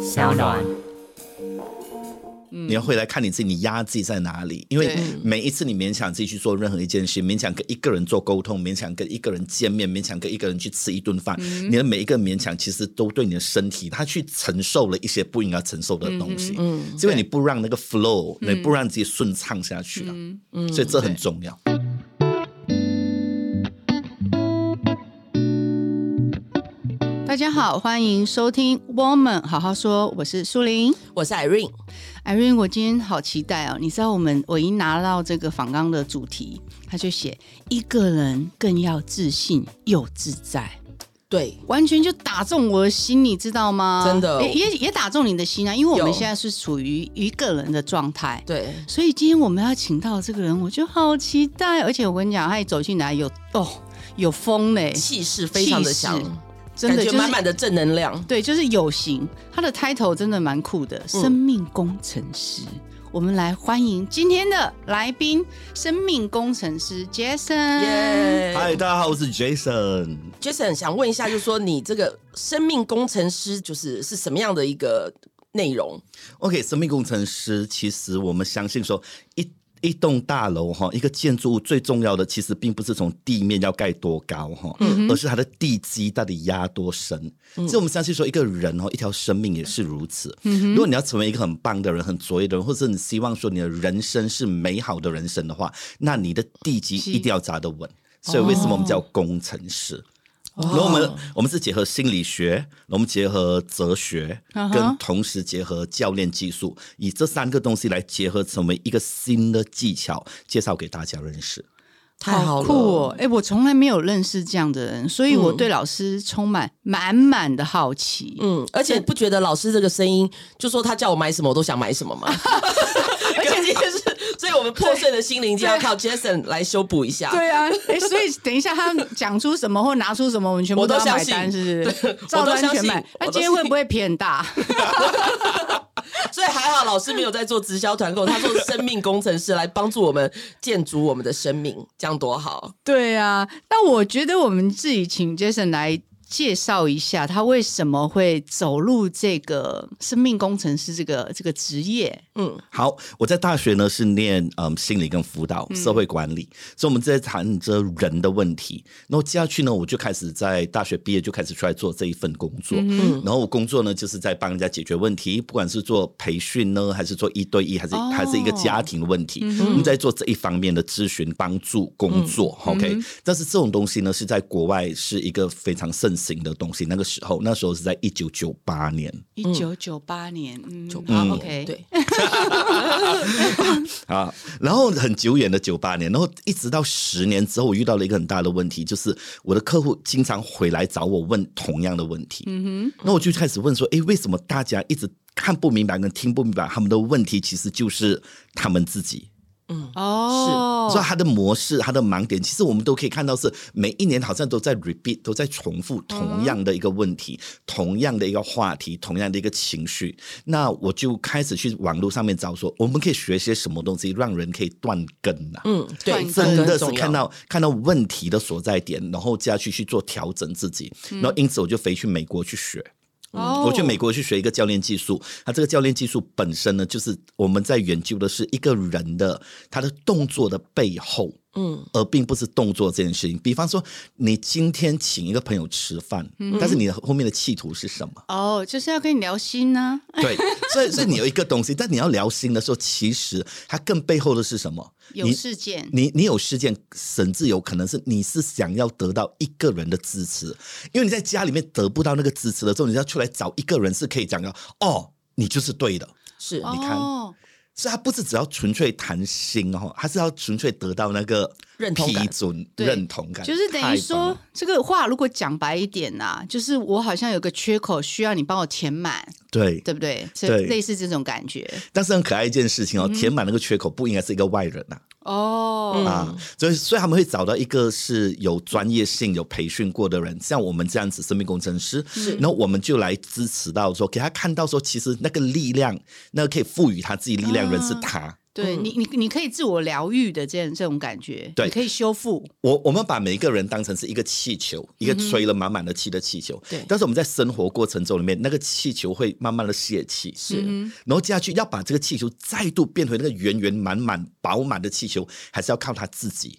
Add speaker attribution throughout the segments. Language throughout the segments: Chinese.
Speaker 1: 小暖。
Speaker 2: 你要回来看你自己，你压自己在哪里？因为
Speaker 3: 对
Speaker 2: 每一次你勉强自己去做任何一件事，勉强跟一个人做沟通，勉强跟一个人见面，勉强跟一个人去吃一顿饭，你的每一个勉强其实都对你的身体，它去承受了一些不应该承受的东西。嗯，因为你不让那个 flow，你不让自己顺畅下去啊。嗯，所以这很重要。
Speaker 3: 大家好，欢迎收听《Woman 好好说》，我是苏玲。
Speaker 1: 我是 Irene，
Speaker 3: Irene，我今天好期待哦！你知道我们我一拿到这个访纲的主题，他就写一个人更要自信又自在，
Speaker 1: 对，
Speaker 3: 完全就打中我的心，你知道吗？
Speaker 1: 真的
Speaker 3: 也也也打中你的心啊！因为我们
Speaker 1: 有
Speaker 3: 现在是处于一个人的状态，
Speaker 1: 对，
Speaker 3: 所以今天我们要请到这个人，我就好期待。而且我跟你讲，他一走进来有哦有风嘞，
Speaker 1: 气势非常的强
Speaker 3: 气势，真的
Speaker 1: 感
Speaker 3: 就
Speaker 1: 觉
Speaker 3: 是
Speaker 1: 满满的正能量。
Speaker 3: 对，就是有形。他的 title 真的蛮酷的，
Speaker 1: 嗯
Speaker 3: 生命工程师。我们来欢迎今天的来宾，生命工程师 Jason。
Speaker 1: 耶、
Speaker 2: 嗨，大家好，我是 Jason。
Speaker 1: j a s o n 想问一下，就是说你这个生命工程师，就是是什么样的一个内容？
Speaker 2: OK，生命工程师，其实我们相信说一。一栋大楼哈，一个建筑物最重要的其实并不是从地面要盖多高哈，而是它的地基到底压多深。所以我们相信说，一个人哦，一条生命也是如此。如果你要成为一个很棒的人、很卓越的人，或者你希望说你的人生是美好的人生的话，那你的地基
Speaker 3: 是
Speaker 2: 一定要扎得稳。所以为什么我们叫工程师？
Speaker 3: 哦
Speaker 2: 然后我们我们是结合心理学，然后我们结合哲学，
Speaker 3: 嗯哼
Speaker 2: 跟同时结合教练技术，以这三个东西来结合成为一个新的技巧，介绍给大家认识。
Speaker 1: 太好了，
Speaker 3: 酷哦！哎、我从来没有认识这样的人，所以我对老师充满满满的好奇。
Speaker 1: 嗯，而且不觉得老师这个声音，就说他叫我买什么，我都想买什么吗？ 而且就是，所以我们破碎的心灵就要靠 Jason 来修补一下。
Speaker 3: 对啊，哎、所以等一下他讲出什么或拿出什么，我们全部
Speaker 1: 我都
Speaker 3: 要买
Speaker 1: 相信
Speaker 3: 单，是不是
Speaker 1: 对？
Speaker 3: 照
Speaker 1: 我都
Speaker 3: 单全
Speaker 1: 相
Speaker 3: 买
Speaker 1: 信。
Speaker 3: 那
Speaker 1: 我都
Speaker 3: 今天会
Speaker 1: 信
Speaker 3: 不会偏大？
Speaker 1: 所以还好老师没有在做直销团购，他做生命工程师来帮助我们建筑我们的生命，这样多 好。
Speaker 3: 对啊，那我觉得我们自己请 Jason 来介绍一下，他为什么会走入这个生命工程师这个这个职业？
Speaker 2: 好，我在大学呢是念嗯心理跟辅导、社会管理，所以我们在谈着人的问题。然后接下去呢，我就开始在大学毕业就开始出来做这一份工作。然后我工作呢就是在帮人家解决问题，不管是做培训呢，还是做一对一，还是、
Speaker 3: 哦
Speaker 2: 还是一个家庭的问题，我们在做这一方面的咨询帮助工作。OK，、但是这种东西呢是在国外是一个非常盛行的东西。那个时候，那时候是在一九九八年。
Speaker 3: 一九九八年，嗯，
Speaker 1: 好
Speaker 3: 好，OK，，
Speaker 1: 对，
Speaker 2: 啊，然后很久远的九八年，然后一直到十年之后，我遇到了一个很大的问题，就是我的客户经常回来找我问同样的问题。嗯哼，那我就开始问说，诶，为什么大家一直看不明白跟听不明白他们的问题，其实就是他们自己。嗯
Speaker 3: 哦，
Speaker 2: 所以他的模式、他的盲点，其实我们都可以看到是每一年好像都在 repeat，都在重复同样的一个问题、同样的一个话题、同样的一个情绪。那我就开始去网络上面找说，我们可以学些什么东西，让人可以断根啊。
Speaker 1: 嗯，对，
Speaker 3: 断
Speaker 2: 真
Speaker 1: 这个
Speaker 2: 的
Speaker 1: 很
Speaker 2: 是
Speaker 1: 重要
Speaker 2: 看到看到问题的所在点，然后接下去去做调整自己，
Speaker 1: 嗯
Speaker 2: 然后因此我就飞去美国去学。
Speaker 3: 哦
Speaker 2: 啊我去美国去学一个教练技术，它这个教练技术本身呢，就是我们在研究的是一个人的他的动作的背后，嗯，而并不是动作这件事情。比方说，你今天请一个朋友吃饭，
Speaker 1: 嗯
Speaker 2: 但是你的后面的企图是 什么？
Speaker 3: 哦，就是要跟你聊心呢、
Speaker 2: 对，所以所以你有一个东西，但你要聊心的时候，其实它更背后的是什么？
Speaker 3: 有
Speaker 2: 你
Speaker 3: 事件，
Speaker 2: 你你有事件，甚至有可能是你是想要得到一个人的支持，因为你在家里面得不到那个支持的时候，你要出来找一个人是可以讲到哦，你就是对的。
Speaker 1: 是
Speaker 2: 你看
Speaker 3: 哦，
Speaker 2: 所以他不是只要纯粹谈心哦，他是要纯粹得到那个
Speaker 1: 认同感
Speaker 2: 批准、
Speaker 3: 对
Speaker 2: 认同感，
Speaker 3: 就是等于
Speaker 2: 太棒
Speaker 3: 说
Speaker 2: 了，
Speaker 3: 这个话如果讲白一点呐、就是我好像有个缺口需要你帮我填满，
Speaker 2: 对。
Speaker 3: 对不对？是
Speaker 2: 对
Speaker 3: 类似这种感觉
Speaker 2: 但是很可爱一件事情哦，
Speaker 3: 嗯
Speaker 2: 填满那个缺口不应该是一个外人啊。
Speaker 3: 哦。
Speaker 1: 嗯
Speaker 2: 啊，所以所以他们会找到一个是有专业性、有培训过的人，像我们这样子生命工程师，然后我们就来支持到说，给他看到说，其实那个力量，那个可以赋予他自己力量的人是他。
Speaker 3: 对你，你你可以自我疗愈的这样这种感觉，
Speaker 2: 对
Speaker 3: 你可以修复，
Speaker 2: 我我们把每一个人当成是一个气球，一个吹了满满的气的气球。
Speaker 3: 嗯对
Speaker 2: 但是我们在生活过程中里面，那个气球会慢慢的泄气，是。然后接下去要把这个气球再度变回那个圆圆满满饱满的气球，还是要靠他自己。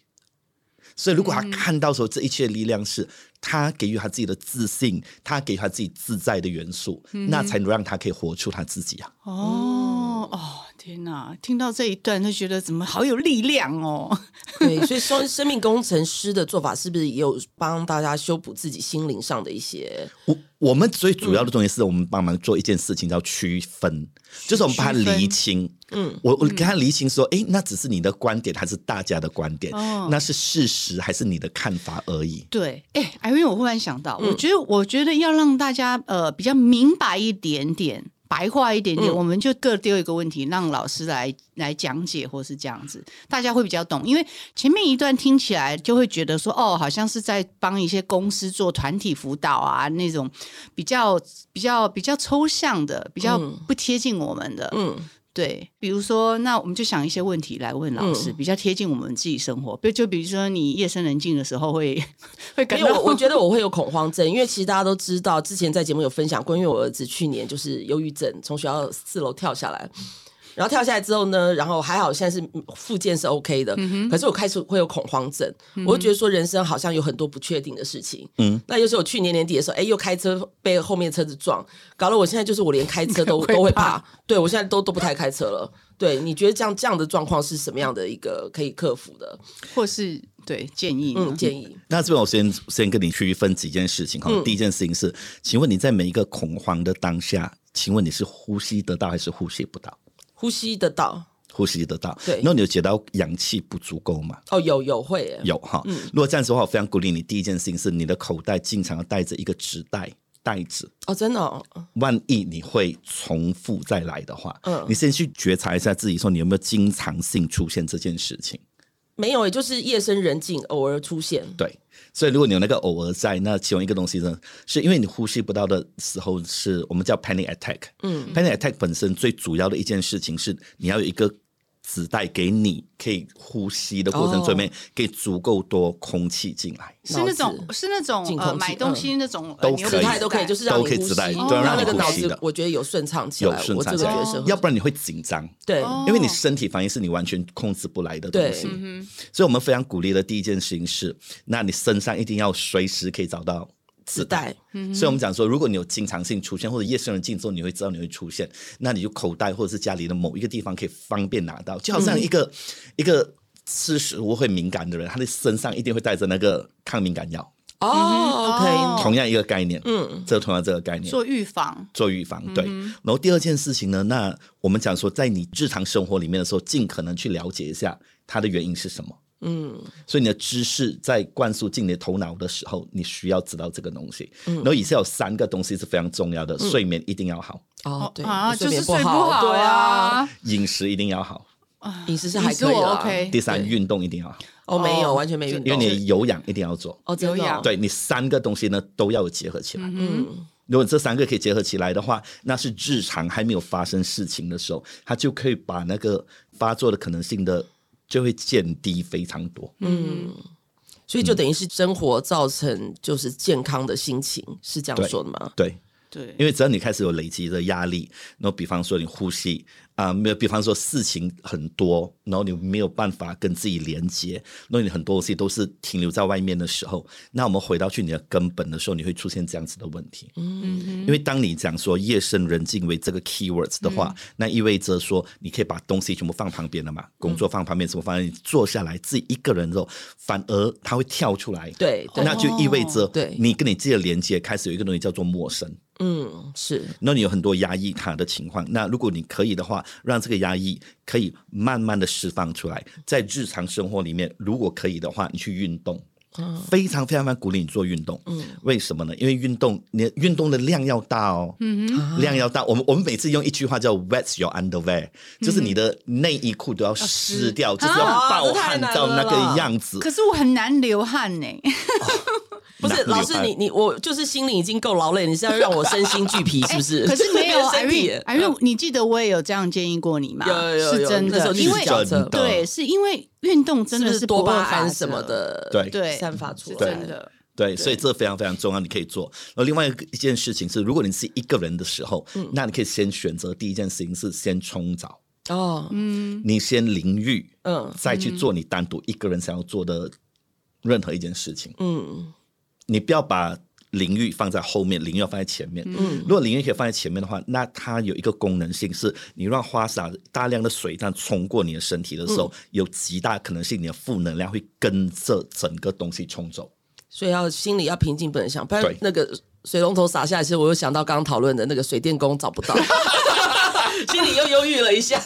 Speaker 2: 所以，如
Speaker 3: 嗯
Speaker 2: 果他看到说这一切力量是他给予他自己的自信，他给予他自己自在的元素，
Speaker 3: 嗯
Speaker 2: 那才能让他可以活出他自己啊。
Speaker 3: 哦、哦，天哪！听到这一段就觉得怎么好有力量哦。
Speaker 1: 对，所以说生命工程师的做法是不是也有帮大家修补自己心灵上的一些？
Speaker 2: 我我们最主要的重点是我们帮忙做一件事情叫区分，就是我们把它
Speaker 3: 区分
Speaker 2: 厘清。嗯，我我跟他厘清说，诶，那只是你的观点还是大家的观点？
Speaker 3: 哦
Speaker 2: 那是事实还是你的看法而已？
Speaker 3: 对，哎、艾瑞，我忽然想到，
Speaker 1: 嗯
Speaker 3: 我觉得，我觉得要让大家呃比较明白一点点，白话一点点，
Speaker 1: 嗯
Speaker 3: 我们就各丢一个问题，让老师来来讲解，或是这样子，大家会比较懂。因为前面一段听起来就会觉得说，哦，好像是在帮一些公司做团体辅导啊，那种比较比较比较抽象的，比较
Speaker 1: 嗯
Speaker 3: 不贴近我们的，
Speaker 1: 嗯，
Speaker 3: 对，比如说，那我们就想一些问题来问老师，
Speaker 1: 嗯
Speaker 3: 比较贴近我们自己生活。比就比如说，你夜深人静的时候会会感
Speaker 1: 因为
Speaker 3: 到，
Speaker 1: 我我觉得我会有恐慌症，因为其实大家都知道，之前在节目有分享过，因为我儿子去年就是忧郁症，从学校四楼跳下来，然后跳下来之后呢，然后还好现在是复健是 OK
Speaker 3: 嗯
Speaker 1: 的，可是我开始会有恐慌症，我就觉得说人生好像有很多不确定的事情，嗯，那尤其我去年年底的时候，哎，又开车被后面车子撞，搞得我现在就是我连开车都
Speaker 3: 会
Speaker 1: 都会
Speaker 3: 怕
Speaker 1: 怕，对我现在都都不太开车了。对，你觉得这样这样的状况是什么样的一个可以克服的？
Speaker 3: 或是对建议，
Speaker 1: 嗯，建，议。
Speaker 2: 那这边我先先跟你区分几件事情哈。第一件事情是，请问你在每一个恐慌的当下，请问你是呼吸得到还是呼吸不到？
Speaker 1: 呼吸得到
Speaker 2: 呼吸得到，
Speaker 1: 对
Speaker 2: 那你有觉得氧气不足够吗？
Speaker 1: 哦，有有会耶
Speaker 2: 有哈。如果这样子的话，我非常鼓励你，第一件事情是你的口袋经常要带着一个纸袋袋子。
Speaker 1: 哦，真的、哦，
Speaker 2: 万一你会重复再来的话，
Speaker 1: 嗯
Speaker 2: 你先去觉察一下自己，说你有没有经常性出现这件事情。
Speaker 1: 没有耶，也欸就是夜深人静偶尔出现。
Speaker 2: 对，所以如果你有那个偶尔在，那其中一个东西呢，是因为你呼吸不到的时候，是我们叫 panic attack。嗯，panic attack 本身最主要的一件事情是，你要有一个子带给你可以呼吸的过
Speaker 1: 哦
Speaker 2: 程中面，给足够多空气进来。
Speaker 3: 是那
Speaker 1: 脑
Speaker 3: 种是那种
Speaker 1: 进空
Speaker 3: 呃
Speaker 1: 气
Speaker 3: 买东西那种
Speaker 2: 都
Speaker 3: 呃牛
Speaker 2: 可
Speaker 1: 姿
Speaker 2: 以
Speaker 1: 态嗯都可以，就是让你
Speaker 2: 都可以
Speaker 1: 呼
Speaker 2: 自带
Speaker 1: 吸，
Speaker 2: 对
Speaker 1: 让
Speaker 2: 让
Speaker 1: 那
Speaker 2: 你
Speaker 1: 个
Speaker 2: 呼
Speaker 1: 脑
Speaker 2: 吸
Speaker 1: 子
Speaker 2: 的
Speaker 1: 我觉得有顺畅起
Speaker 2: 有
Speaker 1: 来，
Speaker 2: 顺
Speaker 1: 我
Speaker 2: 畅起
Speaker 1: 这个
Speaker 2: 来
Speaker 1: 觉得是
Speaker 2: 要不然你会紧张。
Speaker 1: 对，
Speaker 3: 哦
Speaker 2: 因为你身体反应是你完全控制不来的东西
Speaker 1: 对，
Speaker 3: 嗯
Speaker 2: 所以我们非常鼓励的第一件事情是，那你身上一定要随时可以找到
Speaker 1: 自带。
Speaker 2: 所以我们讲说，如果你有经常性出现或者夜深人静之后，你会知道你会出现，那你就口袋或者是家里的某一个地方可以方便拿到，就好像一个、一个吃食物会敏感的人，他的身上一定会带着那个抗敏感药，
Speaker 1: 哦，OK，
Speaker 3: 哦
Speaker 2: 同样一个概念，嗯，这同样这个概念。
Speaker 3: 做预防，
Speaker 2: 做预
Speaker 1: 嗯
Speaker 2: 防，对。然后第二件事情呢，那我们讲说，在你日常生活里面的时候，尽可能去了解一下它的原因是什么。嗯，所以你的知识在灌输进你的头脑的时候，你需要知道这个东西。
Speaker 1: 嗯
Speaker 2: 然后以下有三个东西是非常重要的：睡眠一定要好，
Speaker 1: 哦，对，
Speaker 3: 啊，
Speaker 1: 你
Speaker 3: 就是
Speaker 1: 睡眠
Speaker 3: 睡不
Speaker 1: 好，
Speaker 3: 好
Speaker 1: 对啊，
Speaker 3: 啊，
Speaker 2: 饮食一定要好，
Speaker 1: 饮食是
Speaker 3: 饮
Speaker 1: 还
Speaker 3: 食
Speaker 1: 可以
Speaker 3: 我
Speaker 1: 啦
Speaker 3: OK
Speaker 2: 第三
Speaker 1: 哎对
Speaker 2: 运动一定要好，
Speaker 1: 哦，没有，
Speaker 3: 哦
Speaker 1: 完全没运
Speaker 2: 因为
Speaker 1: 动，
Speaker 2: 你的有氧一定要做。
Speaker 1: 哦，真的
Speaker 3: 有
Speaker 1: 哦
Speaker 3: 氧，
Speaker 2: 对你三个东西呢都要有结合起来。
Speaker 1: 嗯，
Speaker 2: 如果这三个可以结合起来的话，那是日常还没有发生事情的时候，它就可以把那个发作的可能性的就会减低非常多。
Speaker 1: 嗯所
Speaker 2: 嗯
Speaker 1: 以就等于是生活造成就是健康的心情，是这样说的吗？
Speaker 2: 对，
Speaker 3: 对，
Speaker 2: 因为只要你开始有累积的压力，然后比方说你呼吸啊，没、有，比方说事情很多，然后你没有办法跟自己连接，那你很多东西都是停留在外面的时候，那我们回到去你的根本的时候，你会出现这样子的问题。
Speaker 1: 嗯
Speaker 3: 嗯
Speaker 2: 因为当你讲说夜深人静为这个 keywords 的话，
Speaker 1: 嗯
Speaker 2: 那意味着说你可以把东西全部放旁边了嘛，工作放旁边，什么放旁边，你坐下来自己一个人之后，反而它会跳出来。
Speaker 1: 对对哦
Speaker 2: 那就意味着
Speaker 1: 对
Speaker 2: 你跟你自己的连接开始有一个东西叫做陌生。
Speaker 1: 嗯，是，
Speaker 2: 那你有很多压抑它的情况，那如果你可以的话，让这个压抑可以慢慢的释放出来，在日常生活里面，如果可以的话，你去运动。
Speaker 1: 嗯
Speaker 2: 非常非常非常鼓励你做运动，嗯，为什么呢？因为运动，你运动的量要大哦，嗯量要大。我们我们每次用一句话叫 “wet your
Speaker 1: 嗯
Speaker 2: underwear”，、就是你的内衣裤都要湿掉，就是要
Speaker 1: 啊
Speaker 2: 暴
Speaker 1: 这太
Speaker 2: 汗
Speaker 1: 难
Speaker 2: 到那
Speaker 1: 了啦
Speaker 2: 个样子。
Speaker 3: 可是我很难流汗呢，
Speaker 1: 不
Speaker 2: 哪
Speaker 1: 是老
Speaker 2: 里有
Speaker 1: 师
Speaker 2: 办，
Speaker 1: 你你我就是心灵已经够劳累，你是要让我身心 俱疲，是不是？
Speaker 3: 哎可 是没有
Speaker 1: 身体也
Speaker 3: Irene，Irene，你记得我也有这样建议过你吗？
Speaker 1: 有有有
Speaker 3: 是
Speaker 1: 有
Speaker 3: 真
Speaker 1: 那时
Speaker 3: 的，
Speaker 1: 候
Speaker 3: 因
Speaker 1: 你
Speaker 3: 为
Speaker 1: 是矫正
Speaker 2: 真的
Speaker 3: 对，是因为运动真
Speaker 1: 是
Speaker 3: 的
Speaker 1: 不是
Speaker 3: 不
Speaker 1: 多
Speaker 3: 二
Speaker 1: 巴
Speaker 3: 法
Speaker 1: 胺
Speaker 3: 则
Speaker 1: 什么，的，
Speaker 2: 对
Speaker 3: 对
Speaker 1: 散发出
Speaker 3: 是
Speaker 1: 来，
Speaker 3: 真的。
Speaker 2: 对，所以这非常非常重要，你可以做。然后另外一个一件事情是，如果你是一个人的时候，
Speaker 1: 嗯
Speaker 2: 那你可以先选择第一件事情是先冲澡，
Speaker 1: 哦，
Speaker 3: 嗯
Speaker 2: 你先淋浴，
Speaker 1: 嗯
Speaker 2: 再去做你单独一个人想要做的任何一件事情。
Speaker 1: 嗯
Speaker 2: 你不要把淋浴放在后面，淋浴要放在前面。嗯，如果淋浴可以放在前面的话，那它有一个功能性是，你让花洒大量的水这样冲过你的身体的时候，
Speaker 1: 嗯
Speaker 2: 有极大可能性你的负能量会跟着整个东西冲走。
Speaker 1: 所以要心里要平静，不能想，不然
Speaker 2: 对
Speaker 1: 那个水龙头洒下来，其实我又想到刚刚讨论的那个水电工找不 到，心里又忧郁了一下。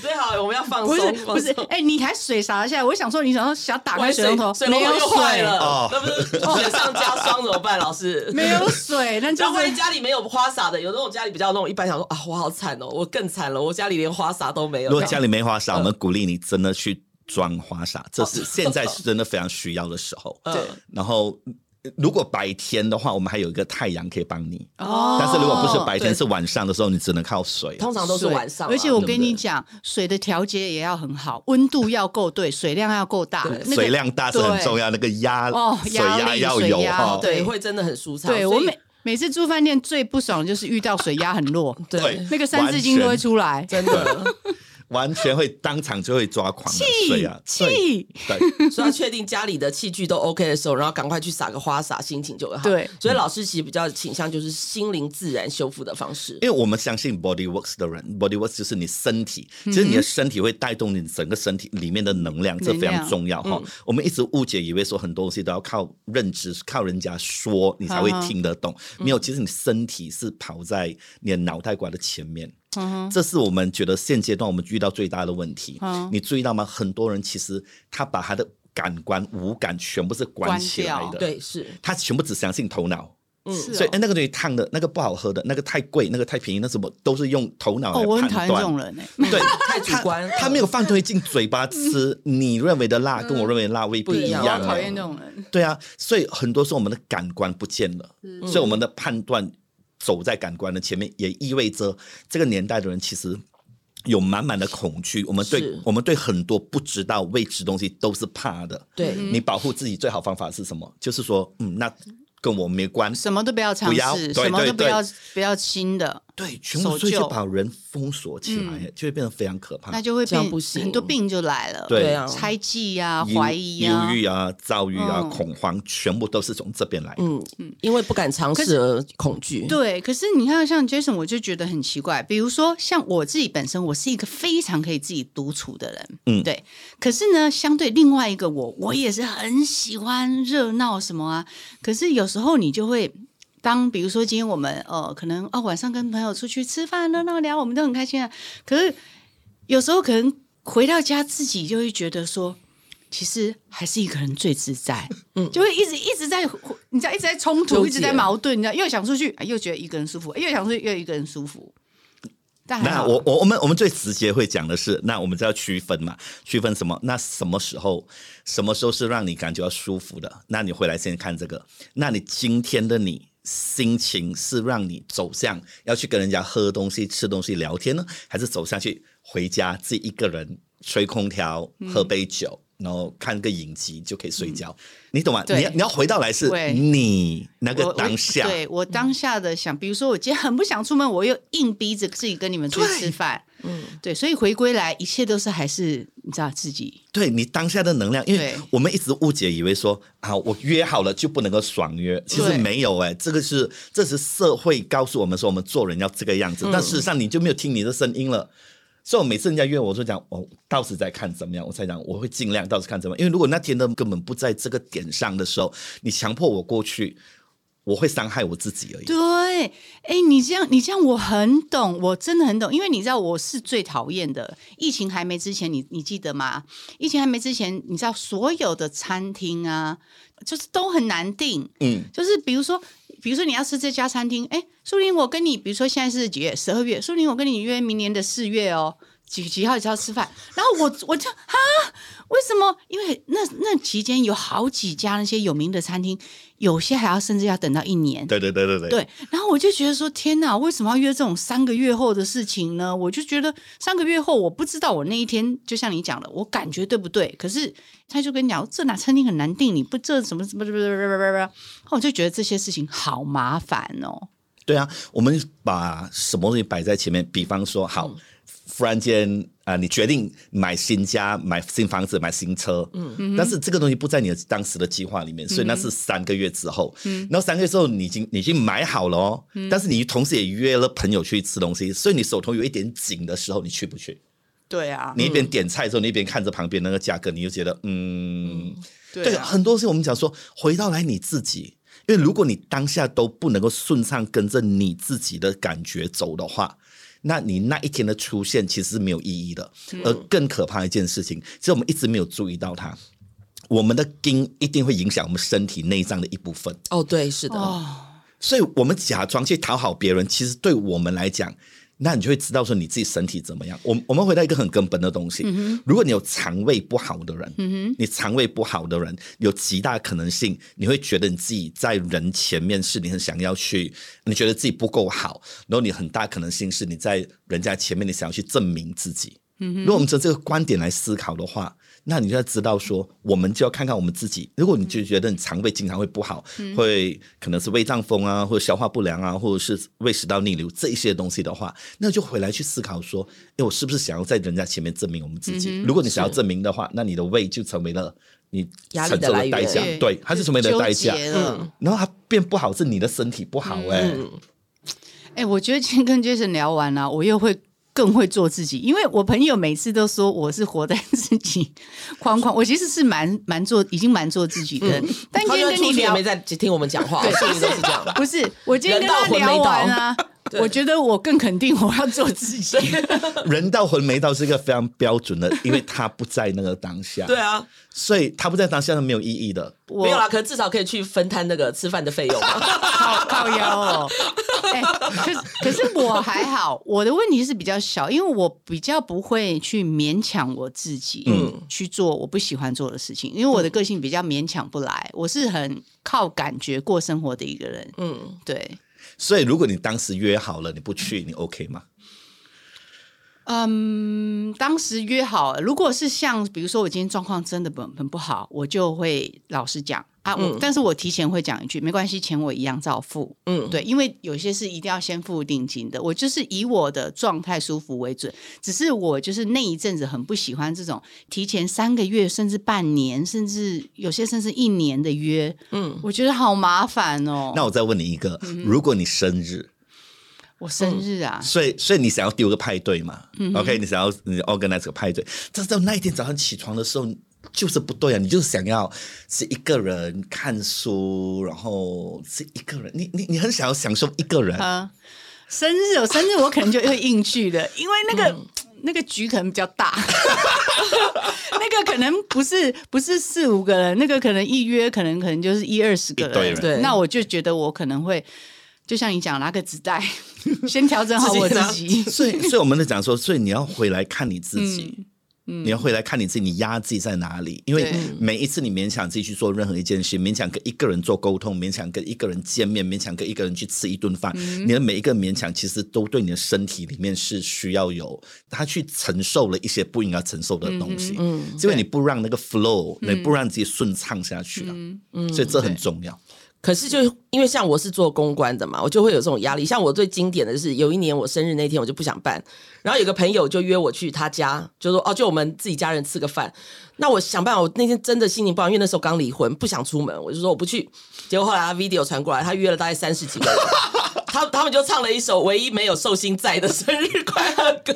Speaker 1: 最好我们要放
Speaker 3: 不是
Speaker 1: 松，
Speaker 3: 不是
Speaker 1: 放，松
Speaker 3: 哎、你还水洒了下来，我想说，你想要想打开
Speaker 1: 完
Speaker 3: 水龙头，
Speaker 1: 水
Speaker 3: 没
Speaker 1: 龙头
Speaker 3: 有
Speaker 1: 又坏
Speaker 3: 水，
Speaker 1: 了
Speaker 2: 哦，
Speaker 1: 那不是雪上加霜怎么办？老师
Speaker 3: 没有水， 那就
Speaker 1: 然后万一
Speaker 3: 是
Speaker 1: 家里没有花洒的，有那种家里比较那种一般，想说啊，我好惨哦，我更惨了，我家里连花洒都没有。嗯
Speaker 2: 如果家里没花洒，我们鼓励你真的去装花洒，这是现在是真的非常需要的时候。
Speaker 1: 哦嗯
Speaker 2: 然后，呃如果白天的话，我们还有一个太阳可以帮你。
Speaker 3: 哦
Speaker 2: 但是如果不是白天
Speaker 1: 对
Speaker 2: 是晚上的时候，你只能靠水。
Speaker 1: 通常都是
Speaker 3: 水
Speaker 1: 晚上啊，
Speaker 3: 而且我
Speaker 1: 对
Speaker 3: 跟
Speaker 1: 不对
Speaker 3: 你讲，水的调节也要很好，温度要够对，水量要够大，那个
Speaker 2: 水量大是很重要，那个压
Speaker 3: 哦
Speaker 2: 水
Speaker 3: 压
Speaker 2: 压
Speaker 3: 力
Speaker 2: 要
Speaker 3: 水
Speaker 2: 有
Speaker 3: 压
Speaker 2: 哈。
Speaker 1: 对
Speaker 3: 对
Speaker 1: 哦会真的很舒畅。
Speaker 3: 对
Speaker 1: 所
Speaker 3: 我
Speaker 1: 以
Speaker 3: 每每次住饭店最不爽的就是遇到水压很弱，
Speaker 1: 对
Speaker 3: 那个三字经都会出来，
Speaker 1: 真的，
Speaker 2: 完全会当场就会抓狂的水
Speaker 3: 气
Speaker 2: 啊，对
Speaker 3: 气，
Speaker 2: 对，
Speaker 1: 所以要确定家里的器具都 OK 的时候，然后赶快去撒个花洒，心情就会好。
Speaker 3: 对，
Speaker 1: 所以老师其实比较倾向就是心灵自然修复的方式。
Speaker 2: 因为我们相信 body works 的人，body works 就是你身体，
Speaker 3: 嗯
Speaker 2: 其实你的身体会带动你整个身体里面的能量，这
Speaker 3: 能
Speaker 2: 非
Speaker 3: 量嗯
Speaker 2: 常重要哈。我们一直误解，以为说很多东西都要靠认知，靠人家说你才会
Speaker 3: 嗯哼
Speaker 2: 听得懂。没有，其实你身体是跑在你的脑袋瓜的前面。
Speaker 3: 嗯哼
Speaker 2: 这是我们觉得现阶段我们遇到最大的问题。
Speaker 3: 嗯
Speaker 2: 你注意到吗？很多人其实他把他的感官、五感全部是关
Speaker 3: 关
Speaker 2: 起来
Speaker 3: 掉
Speaker 2: 的，
Speaker 1: 对，是
Speaker 2: 他全部只相信头脑。
Speaker 3: 是
Speaker 2: 所以、
Speaker 3: 哦
Speaker 2: 哎那个东西烫的、那个不好喝的、那个太贵、那个太便宜，那什么都是用头脑
Speaker 3: 哦，我很
Speaker 2: 来
Speaker 3: 讨
Speaker 2: 判
Speaker 3: 厌这
Speaker 2: 断。
Speaker 3: 种人哎、
Speaker 2: 对，
Speaker 1: 太主观，
Speaker 2: 他没有放东西进嘴巴吃，你认为的辣跟我认为的辣未
Speaker 1: 不
Speaker 2: 必
Speaker 1: 一
Speaker 2: 一
Speaker 1: 样
Speaker 3: 我
Speaker 2: 样啊。
Speaker 3: 很
Speaker 1: 啊
Speaker 3: 讨厌这种人。
Speaker 2: 对啊，所以很多时候我们的感官不见了，所以我们的判断走在感官的前面，也意味着这个年代的人其实有满满的恐惧。我们对
Speaker 1: 是
Speaker 2: 我们对很多不知道未知东西都是怕的。
Speaker 1: 对
Speaker 3: 嗯
Speaker 2: 你保护自己最好方法是什么？就是说，嗯，那跟我没关。
Speaker 3: 什么都不要尝
Speaker 2: 不要
Speaker 3: 试，
Speaker 2: 对
Speaker 3: 什么都
Speaker 2: 对
Speaker 3: 不
Speaker 2: 对
Speaker 3: 要不要新的，
Speaker 2: 对，全部
Speaker 3: 守
Speaker 2: 所以就
Speaker 3: 旧
Speaker 2: 把人封锁起来，就会变得非常可怕。
Speaker 3: 嗯那就会
Speaker 1: 这样
Speaker 3: 变
Speaker 1: 不行
Speaker 3: 很多病就来了，
Speaker 2: 嗯对
Speaker 1: 对啊，
Speaker 3: 猜忌呀、
Speaker 2: 忧
Speaker 3: 怀疑
Speaker 2: 忧
Speaker 3: 呀、
Speaker 2: 郁啊、躁郁啊、
Speaker 3: 嗯
Speaker 2: 恐慌，全部都是从这边来的。
Speaker 1: 嗯，因为不敢尝
Speaker 3: 可
Speaker 1: 试而恐惧。
Speaker 3: 对，可是你看，像 Jason，我就觉得很奇怪。比如说，像我自己本身，我是一个非常可以自己独处的人，
Speaker 2: 嗯
Speaker 3: 对。可是呢，相对另外一个我，我也是很喜欢热闹什么啊。可是有时候你就会。当比如说今天我们呃可能哦晚上跟朋友出去吃饭热闹聊，我们都很开心啊。可是有时候可能回到家自己就会觉得说，其实还是一个人最自在，嗯，就会一直一直在，你知道一直在冲
Speaker 2: 啊
Speaker 1: 纠
Speaker 3: 突，
Speaker 1: 结
Speaker 3: 一直在矛盾，你知道又想出去，哎又觉得一个人舒服，哎又想出去又一个人舒服。但还
Speaker 2: 那
Speaker 3: 好
Speaker 2: 我我我们我们最直接会讲的是，那我们就要区分嘛，区分什么？那什么时候，什么时候是让你感觉到舒服的？那你回来先看这个。那你今天的你心情是让你走向要去跟人家喝东西、吃东西、聊天呢，还是走下去回家自己一个人吹空调、喝杯酒，然后看个影集就可以睡觉？你懂吗？
Speaker 3: 嗯对
Speaker 2: 你要你要回到来是
Speaker 3: 对
Speaker 2: 你那
Speaker 3: 我
Speaker 2: 个
Speaker 3: 我
Speaker 2: 当下。
Speaker 3: 对我当下的想，比如说我今天很不想出门，我又硬逼着自己跟你们出去吃饭，嗯，对，所以回归来，一切都是还是你知道自己
Speaker 2: 对你当下的能量，因为
Speaker 3: 对
Speaker 2: 我们一直误解，以为说啊，我约好了就不能够爽约，其实
Speaker 3: 对
Speaker 2: 没有哎、这个是这是社会告诉我们说我们做人要这个样子，
Speaker 3: 嗯
Speaker 2: 但事实上你就没有听你的声音了。所以我每次人家约我，我就讲我到时再看怎么样，我才讲我会尽量到时看怎么样，因为如果那天的根本不在这个点上的时候，你强迫我过去，我会伤害我自己而已。
Speaker 3: 对，哎，你这样，你这样，我很懂，我真的很懂，因为你知道我是最讨厌的。疫情还没之前，你你记得吗？疫情还没之前，你知道所有的餐厅啊，就是都很难订。
Speaker 2: 嗯，
Speaker 3: 就是比如说，比如说你要吃这家餐厅，哎，苏玲，我跟你，比如说现在是几月？十二月，苏玲，我跟你约明年的四月哦。几几号几号吃饭，然后我我就啊，为什么？因为那那期间有好几家那些有名的餐厅，有些还要甚至要等到一年。
Speaker 2: 对对对对对，
Speaker 3: 对，然后我就觉得说，天哪，为什么要约这种三个月后的事情呢？我就觉得三个月后，我不知道我那一天，就像你讲的，我感觉对不对？可是他就跟你讲，这哪餐厅很难订，你不这什么什么什么什么什么什么，然后我就觉得这些事情好麻烦哦。
Speaker 2: 对啊，我们把什么东西摆在前面？比方说，好，忽然间啊、你决定买新家、买新房子、买新车，嗯，但是这个东西不在你的当时的计划里面，所以那是三个月之后，嗯，然后三个月之后你已经你已经买好了哦，但是你同时也约了朋友去吃东西，所以你手头有一点紧的时候，你去不去？
Speaker 3: 对啊，
Speaker 2: 你一边点菜的时候，你一边看着旁边那个价格，你就觉得嗯
Speaker 3: 对啊，
Speaker 2: 很多事情我们讲说，回到来你自己，因为如果你当下都不能够顺畅跟着你自己的感觉走的话，那你那一天的出现其实是没有意义的。
Speaker 3: 嗯
Speaker 2: 而更可怕的一件事情，其实我们一直没有注意到它。我们的筋一定会影响我们身体内脏的一部分，
Speaker 1: 哦，对，是的，
Speaker 3: 哦，
Speaker 2: 所以我们假装去讨好别人，其实对我们来讲，那你就会知道说你自己身体怎么样。我我们回到一个很根本的东西，如果你有肠胃不好的人，你肠胃不好的人有极大可能性，你会觉得你自己在人前面是你很想要去，你觉得自己不够好，然后你很大可能性是你在人家前面你想要去证明自己。
Speaker 1: 嗯
Speaker 2: 如果我们从这个观点来思考的话，那你就要知道说，我们就要看看我们自己。如果你就觉得你肠胃经常会不好，
Speaker 1: 嗯
Speaker 2: 会可能是胃胀风啊，或者消化不良啊，或者是胃食道逆流这一些东西的话，那就回来去思考说，哎，我是不是想要在人家前面证明我们自
Speaker 1: 嗯
Speaker 2: 己？如果你想要证明的话，那你的胃就成为了你
Speaker 1: 压力
Speaker 2: 承
Speaker 1: 的
Speaker 2: 受
Speaker 1: 来
Speaker 2: 的
Speaker 1: 源
Speaker 2: 代价，
Speaker 3: 对
Speaker 2: 对，它是成为你的
Speaker 3: 纠
Speaker 2: 代价。嗯
Speaker 3: 结了
Speaker 2: 然后它变不好是你的身体不好、
Speaker 1: 嗯
Speaker 2: 哎、
Speaker 3: 哎、我觉得今天跟 Jason 聊完了、我又会更会做自己，因为我朋友每次都说我是活在自己框框，我其实是蛮蛮做，已经蛮做自己的。但今
Speaker 1: 嗯他
Speaker 3: 天
Speaker 1: 就
Speaker 3: 跟
Speaker 1: 出
Speaker 3: 你
Speaker 1: 去也
Speaker 3: 聊
Speaker 1: 没，在听我们讲话，所以都是这样。
Speaker 3: 不是我今天跟他聊完啊，我觉得我更肯定我要做自己。
Speaker 2: 人到魂没到是一个非常标准的，因为他不在那个当下。
Speaker 1: 对啊，
Speaker 2: 所以他不在当下是没有意义的。
Speaker 3: 我
Speaker 1: 没有啦，可能至少可以去分摊那个吃饭的费用嘛。
Speaker 3: 靠靠腰哦。哎、可是可是我还好，我的问题是比较小，因为我比较不会去勉强我自己，嗯，去做我不喜欢做的事情，因为我的个性比较勉强不来，我是很靠感觉过生活的一个人，
Speaker 1: 嗯，
Speaker 3: 对，
Speaker 2: 所以如果你当时约好了，你不去，你 OK 吗？
Speaker 3: 嗯，当时约好，如果是像比如说我今天状况真的很很不好，我就会老实讲啊，我、但是我提前会讲一句，没关系，钱我一样照付，
Speaker 1: 嗯
Speaker 3: 嗯，对，因为有些是一定要先付定金的，我就是以我的状态舒服为准，只是我就是那一阵子很不喜欢这种提前三个月甚至半年，甚至有些甚至一年的约，嗯，我觉得好麻烦哦。
Speaker 2: 那我再问你一个，
Speaker 1: 嗯
Speaker 2: 如果你生日，
Speaker 3: 我生日啊，
Speaker 2: 所以所以你想要丢个派对嘛、o
Speaker 1: 嗯
Speaker 2: k 你想要你 organize 个派对，但是到那一天早上起床的时候。就是不对啊！你就是想要是一个人看书，然后是一个人，你你你很想要享受一个人，
Speaker 3: 啊，生日哦，生日我可能就会应去的，因为那个、那个局可能比较大， 那个可能不是不是四五个人，那个可能一约可能可能就是一二十个
Speaker 2: 一堆
Speaker 3: 人，
Speaker 2: 人
Speaker 1: 对
Speaker 3: 那我就觉得我可能会。就像你讲，拿个纸袋， 先调整好我自
Speaker 1: 自
Speaker 3: 己。
Speaker 2: 所 以，所以我们在讲说，所以你要回来看你自己。你要回来看你自己，你压自己在哪里？因为
Speaker 3: 对
Speaker 2: 每一次你勉强自己去做任何一件事，勉强跟一个人做沟通，勉强跟一个人见面，勉强跟一个人去吃一顿饭，你的每一个勉强其实都对你的身体里面是需要有他去承受了一些不应该承受的东西，嗯，因为你不让那个 flow，你不让自己顺畅下去了，所以这很重要。
Speaker 1: 可是就因为像我是做公关的嘛，我就会有这种压力。像我最经典的是，有一年我生日那天我就不想办，然后有个朋友就约我去他家，就说哦，就我们自己家人吃个饭。那我想办法，我那天真的心情不好，因为那时候刚离婚，不想出门，我就说我不去。结果后来他 video 传过来，他约了大概三十几个人。他他们就唱了一首唯一没有寿星在的生日快乐歌，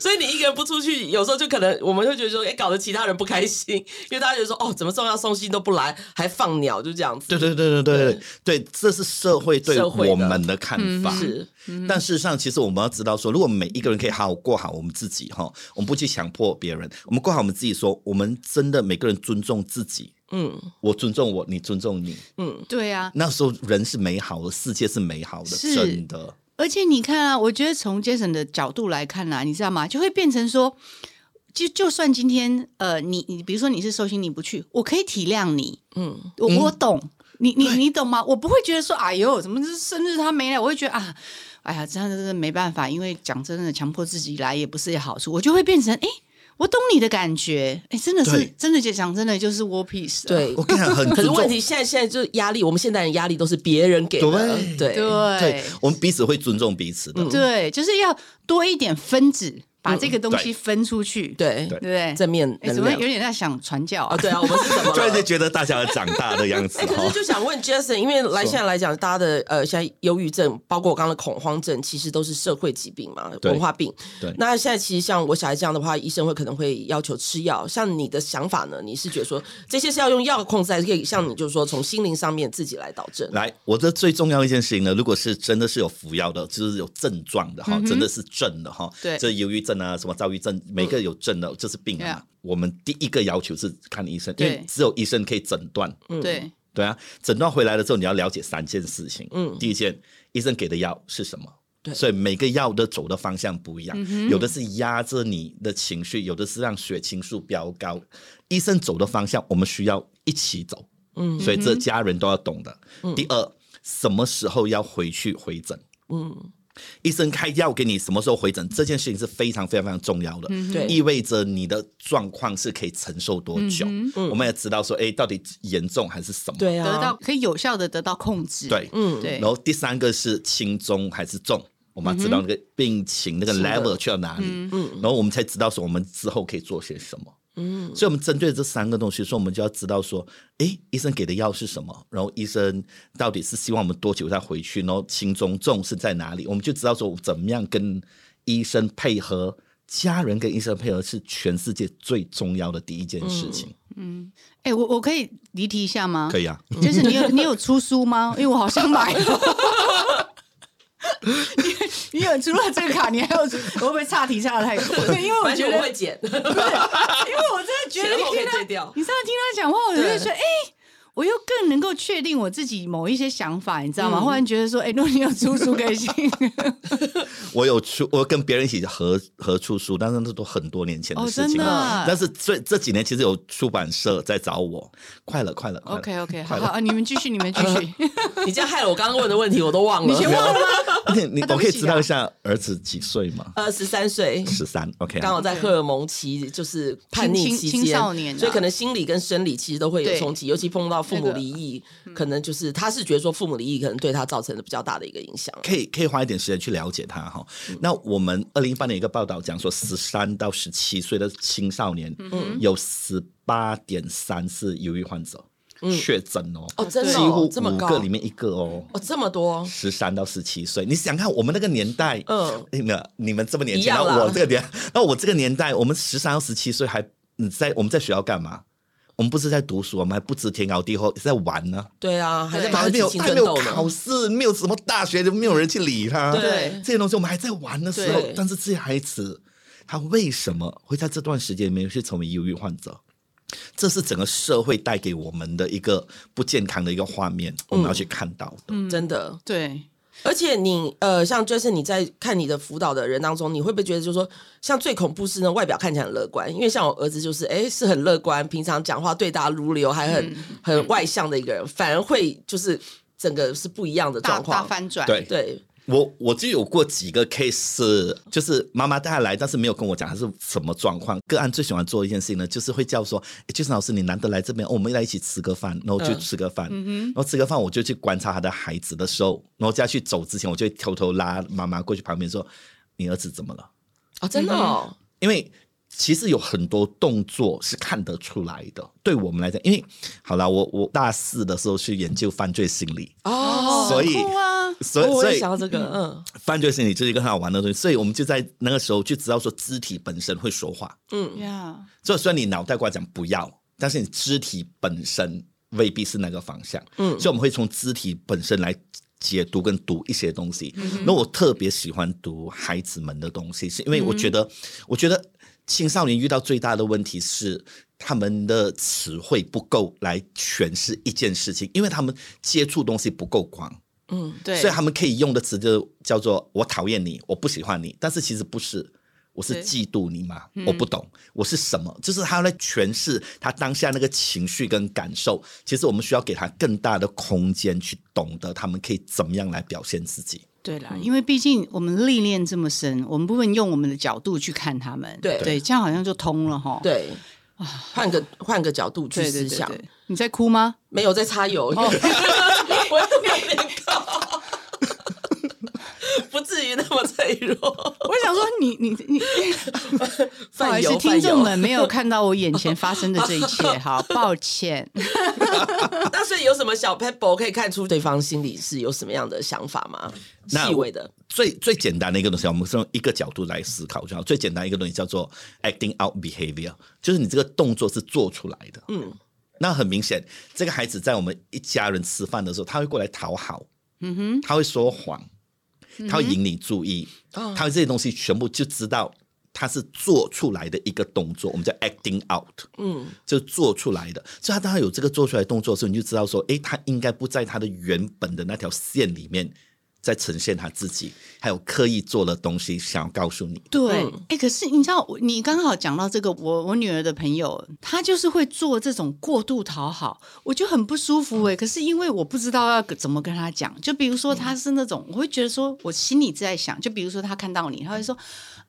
Speaker 1: 所以你一个人不出去，有时候就可能我们会觉得说，哎、搞得其他人不开心，因为大家觉得说，哦，怎么重要送信都不来，还放鸟，就这样子。
Speaker 2: 对对对对对对对，这是社会对
Speaker 1: 社会的嗯
Speaker 2: 我们的看法。
Speaker 1: 是，
Speaker 2: 但事实上，其实我们要知道说，如果每一个人可以好好过好我们自己哈，我们不去强迫别人，我们过好我们自己说，我们真的每个人尊重自己，
Speaker 1: 嗯，
Speaker 2: 我尊重我，你尊重你，
Speaker 3: 对啊，
Speaker 2: 那时候人是美好的，世界是美好的，
Speaker 3: 是
Speaker 2: 真的。
Speaker 3: 而且你看啊，我觉得从 Jason 的角度来看啦、你知道吗？就会变成说，就就算今天呃，你你比如说你是寿星，你不去，我可以体谅你，嗯，我我懂，你你你懂吗？我不会觉得说，哎呦，怎么这生日他没来？我会觉得啊，哎呀，这样真的没办法，因为讲真的，强迫自己来也不是好处，我就会变成哎。我懂你的感觉，哎，真的是
Speaker 2: 对，
Speaker 3: 真的就讲真的，就是 war piece，啊
Speaker 1: 对
Speaker 2: 我。跟你讲，很
Speaker 1: 可是
Speaker 2: 尊
Speaker 1: 问
Speaker 2: 重
Speaker 1: 题现在现在就是压力，我们现代人压力都是别人给的，
Speaker 2: 对
Speaker 1: 对嗯
Speaker 3: 对
Speaker 2: 对，我们彼此会尊重彼此的。
Speaker 3: 对，就是要多一点分子，把这个东西分出去，
Speaker 1: 对
Speaker 3: 对不对？
Speaker 1: 正面
Speaker 3: 哎，
Speaker 1: 能
Speaker 3: 怎么有
Speaker 1: 量
Speaker 3: 点在想传教
Speaker 1: 啊，
Speaker 3: 啊？
Speaker 1: 对啊，我们是怎么
Speaker 2: 突然
Speaker 1: 了
Speaker 2: 间？觉得大家长大的样子
Speaker 1: 哎，可
Speaker 2: 哈
Speaker 1: 是， 就想问 Jason，因为来现在来讲，大家的呃，现在忧郁症，包括我刚刚的恐慌症，其实都是社会疾病嘛，
Speaker 2: 对
Speaker 1: 文化病。
Speaker 2: 对
Speaker 1: 那现在其实像我小孩这样的话，医生会可能会要求吃药。像你的想法呢？你是觉得说这些是要用药控制，还是可以像你就是说从心灵上面自己来导正？
Speaker 2: 来，我这最重要一件事情呢，如果是真的是有服药的，就是有症状的哈，
Speaker 1: 嗯
Speaker 2: 真的是症的哈，
Speaker 3: 对
Speaker 2: 这忧郁症啊，什么躁郁症，每个有症的，这是病啊
Speaker 3: Yeah
Speaker 2: 嘛。我们第一个要求是看医生，因
Speaker 3: 对
Speaker 2: 为只有医生可以诊断。
Speaker 3: 对，
Speaker 2: 对啊，诊断回来了之后，你要了解三件事情。嗯，第一件，医生给的药是什么？
Speaker 1: 对
Speaker 2: 所以每个药的走的方向不一样，有的是压着你的情绪，有的是让血清素飙高。医生走的方向，我们需要一起走。嗯，所以这家人都要懂的。第二，什么时候要回去回诊？嗯医生开药给你什么时候回诊，这件事情是非常非常非常重要的，
Speaker 1: 对
Speaker 2: 意味着你的状况是可以承受多久。我们也知道说，哎，到底严重还是什么？
Speaker 1: 对啊，
Speaker 3: 得到可以有效的得到控制，
Speaker 2: 对
Speaker 1: 嗯
Speaker 3: 对
Speaker 2: 然后第三个是轻中还是重，我们要知道那个病情、那个
Speaker 1: 嗯是的嗯
Speaker 2: level 去到哪里，然后我们才知道说我们之后可以做些什么。嗯，所以我们针对这三个东西，说我们就要知道说，诶，医生给的药是什么，然后医生到底是希望我们多久再回去，然后轻中重是在哪里，我们就知道说怎么样跟医生配合。家人跟医生配合是全世界最重要的第一件事情，
Speaker 1: 嗯
Speaker 3: 哎，我我可以离题一下吗？
Speaker 2: 可
Speaker 3: 以，
Speaker 2: 以啊？
Speaker 3: 就是你有你有出书吗？因为我好想买。 你你有除了这个卡，你还有出我会不会岔题岔的太多？对，因为我
Speaker 1: 完
Speaker 3: 觉
Speaker 1: 全
Speaker 3: 得
Speaker 1: 我会减，
Speaker 3: 不是，因为我真的觉得
Speaker 1: 前
Speaker 3: 你
Speaker 1: 后可
Speaker 3: 听
Speaker 1: 以
Speaker 3: 他
Speaker 1: 戒掉
Speaker 3: 你上次听他讲话，我就觉得哎。我又更能够确定我自己某一些想法，你知道吗？忽然觉得说，哎、如果你有出书可以信，
Speaker 2: 我有出，我跟别人一起合合出书，但是那都很多年前的
Speaker 3: 哦
Speaker 2: 事情
Speaker 3: 真的
Speaker 2: 了。
Speaker 3: 啊
Speaker 2: 但是这这几年其实有出版社在找我，快了，快了。快了
Speaker 3: OK OK，好
Speaker 2: 快
Speaker 3: 好，
Speaker 2: 了。
Speaker 3: 啊你们继续，你们继续。
Speaker 1: 你这样害了我刚刚问的问题我都忘了。
Speaker 3: 你先忘 了吗？
Speaker 2: 而且你
Speaker 3: 啊对
Speaker 2: 我
Speaker 3: 不
Speaker 2: 可以
Speaker 3: 起
Speaker 2: 知道
Speaker 3: 啊
Speaker 2: 一下儿子几岁吗？
Speaker 1: 呃，十三岁，
Speaker 2: 十三。OK，
Speaker 1: 刚
Speaker 2: 啊
Speaker 1: 好在荷尔蒙期，就是叛逆
Speaker 3: 青
Speaker 1: 期
Speaker 3: 青青
Speaker 1: 间，
Speaker 3: 少年啊
Speaker 1: 所以可能心理跟生理其实都会有
Speaker 3: 对
Speaker 1: 冲击，尤其碰到父母
Speaker 3: 那个
Speaker 1: 离异，可能就是他是觉得说父母离异可能对他造成的比较大的一个影响。
Speaker 2: 可以可以花一点时间去了解他哈。那我们二零一八年有一个报道讲说，十三到十七岁的青少年
Speaker 1: 嗯
Speaker 2: 有十八点三是忧郁患者确诊哦，
Speaker 1: 嗯哦，真
Speaker 2: 几
Speaker 1: 的、
Speaker 2: 乎
Speaker 1: 哦、这么
Speaker 2: 五
Speaker 1: 高
Speaker 2: 个里面一个哦。
Speaker 1: 哦，这么多，
Speaker 2: 十三到十七岁，你想看我们那个年代，
Speaker 1: 嗯
Speaker 2: 嗯，没有你们这么年
Speaker 1: 一
Speaker 2: 轻，
Speaker 1: 样
Speaker 2: 然后
Speaker 1: 啦
Speaker 2: 我这个年，那我这个年代，我们十三到十七岁还你在我们在学校干嘛？我们不是在读书，我们还不知天高地厚，在玩呢、
Speaker 1: 对啊，还在
Speaker 3: 对
Speaker 1: 忙
Speaker 2: 还
Speaker 1: 着
Speaker 2: 没
Speaker 1: 起
Speaker 2: 有
Speaker 1: 青
Speaker 2: 还
Speaker 1: 春
Speaker 2: 没有
Speaker 1: 痘呢
Speaker 2: 考。试，没有什么大学，就没有人去理他。
Speaker 1: 对
Speaker 2: 这些东西我们还在玩的时候
Speaker 1: 对，
Speaker 2: 但是这些孩子他为什么会在这段时间里面去成为忧郁患者？这是整个社会带给我们的一个不健康的一个画面，我
Speaker 1: 嗯
Speaker 2: 们要去看到的。
Speaker 3: 嗯
Speaker 1: 真的，
Speaker 3: 对，
Speaker 1: 而且你呃，像 Jason，你在看你的辅导的人当中，你会不会觉得，就是说，像最恐怖是呢，外表看起来很乐观，因为像我儿子就是，哎，是很乐观，平常讲话对答如流，还很、很外向的一个人，反而会就是整个是不一样的
Speaker 3: 大
Speaker 1: 状
Speaker 3: 大
Speaker 1: 况。
Speaker 3: 翻转，
Speaker 2: 对
Speaker 1: 对，
Speaker 2: 我我就有过几个 case，就是妈妈带她来，但是没有跟我讲她是什么状况。个案最喜欢做一件事情呢，就是会叫说，诶就是老师你难得来这边、哦我们来一起吃个饭，然后就
Speaker 1: 嗯
Speaker 2: 吃个饭，然后吃个饭我就去观察他的孩子的时候，然后再去走之前，我就会偷偷拉妈妈过去旁边说，你儿子怎么了？
Speaker 1: 哦，真的哦，
Speaker 2: 因为其实有很多动作是看得出来的，对我们来讲，因为好了，我我大四的时候去研究犯罪心理，
Speaker 1: 哦，
Speaker 2: 所以
Speaker 3: 好酷啊，
Speaker 2: 所以
Speaker 1: 我
Speaker 2: 所
Speaker 1: 也
Speaker 2: 以
Speaker 1: 想到这个，嗯，
Speaker 2: 犯罪心理就是一个很好玩的东西，所以我们就在那个时候就知道说肢体本身会说话。
Speaker 1: 嗯
Speaker 3: 呀，
Speaker 2: 所以虽然你脑袋瓜讲不要，但是你肢体本身未必是那个方向。嗯，所以我们会从肢体本身来解读跟读一些东
Speaker 1: 嗯
Speaker 2: 西。那、我特别喜欢读孩子们的东西，是因为我觉得，我觉得青少年遇到最大的问题是。他们的词汇不够来诠释一件事情，因为他们接触东西不够广。
Speaker 3: 嗯，对，
Speaker 2: 所以他们可以用的词就叫做“我讨厌你，我不喜欢你”，但是其实不是，我是
Speaker 3: 对
Speaker 2: 嫉妒你嘛，我不懂，我是什么？就是他在诠释他当下那个情绪跟感受。其实我们需要给他更大的空间去懂得他们可以怎么样来表现自己。
Speaker 3: 对啦，
Speaker 1: 嗯
Speaker 3: 因为毕竟我们历练这么深，我们不能用我们的角度去看他们。
Speaker 1: 对
Speaker 3: 对，这样好像就通了哈。
Speaker 1: 对，换个换个角度去
Speaker 3: 对对
Speaker 1: 思
Speaker 3: 对
Speaker 1: 想，
Speaker 3: 对你在哭吗？
Speaker 1: 没有在擦油，
Speaker 3: 哦
Speaker 1: 我有点高，不至于那么脆弱。
Speaker 3: 我想说你你你， 不好
Speaker 1: 泛
Speaker 3: 意思，
Speaker 1: 油，
Speaker 3: 听
Speaker 1: 泛
Speaker 3: 众
Speaker 1: 油。
Speaker 3: 们没有看到我眼前发生的这一切， 好抱歉。
Speaker 1: 那所以有什么小 pebble 可以看出对方心里是有什么样的想法吗？
Speaker 2: 那
Speaker 1: 细微的，
Speaker 2: 最最简单的一个东西，我们是用一个角度来思考就好。最简单一个东西叫做 acting out behavior，就是你这个动作是做出来的。
Speaker 1: 嗯，
Speaker 2: 那很明显，这个孩子在我们一家人吃饭的时候，他会过来讨好，
Speaker 3: 嗯哼，
Speaker 2: 他会说谎，他会引你注意，
Speaker 1: 嗯哦
Speaker 2: 他这些东西全部就知道他是做出来的一个动作，我们叫 acting out，
Speaker 1: 嗯，
Speaker 2: 就做出来的。所以他当他有这个做出来的动作的时候，你就知道说，诶，他应该不在他的原本的那条线里面在呈现他自己，还有刻意做的东西想要告诉你。
Speaker 3: 对，哎、
Speaker 1: 嗯
Speaker 3: 可是你知道，我你刚好讲到这个，我我女儿的朋友，她就是会做这种过度讨好，我就很不舒服哎、可是因为我不知道要怎么跟她讲，就比如说
Speaker 1: 嗯
Speaker 3: 她是那种，我会觉得说，我心里在想，就比如说她看到你，她会说。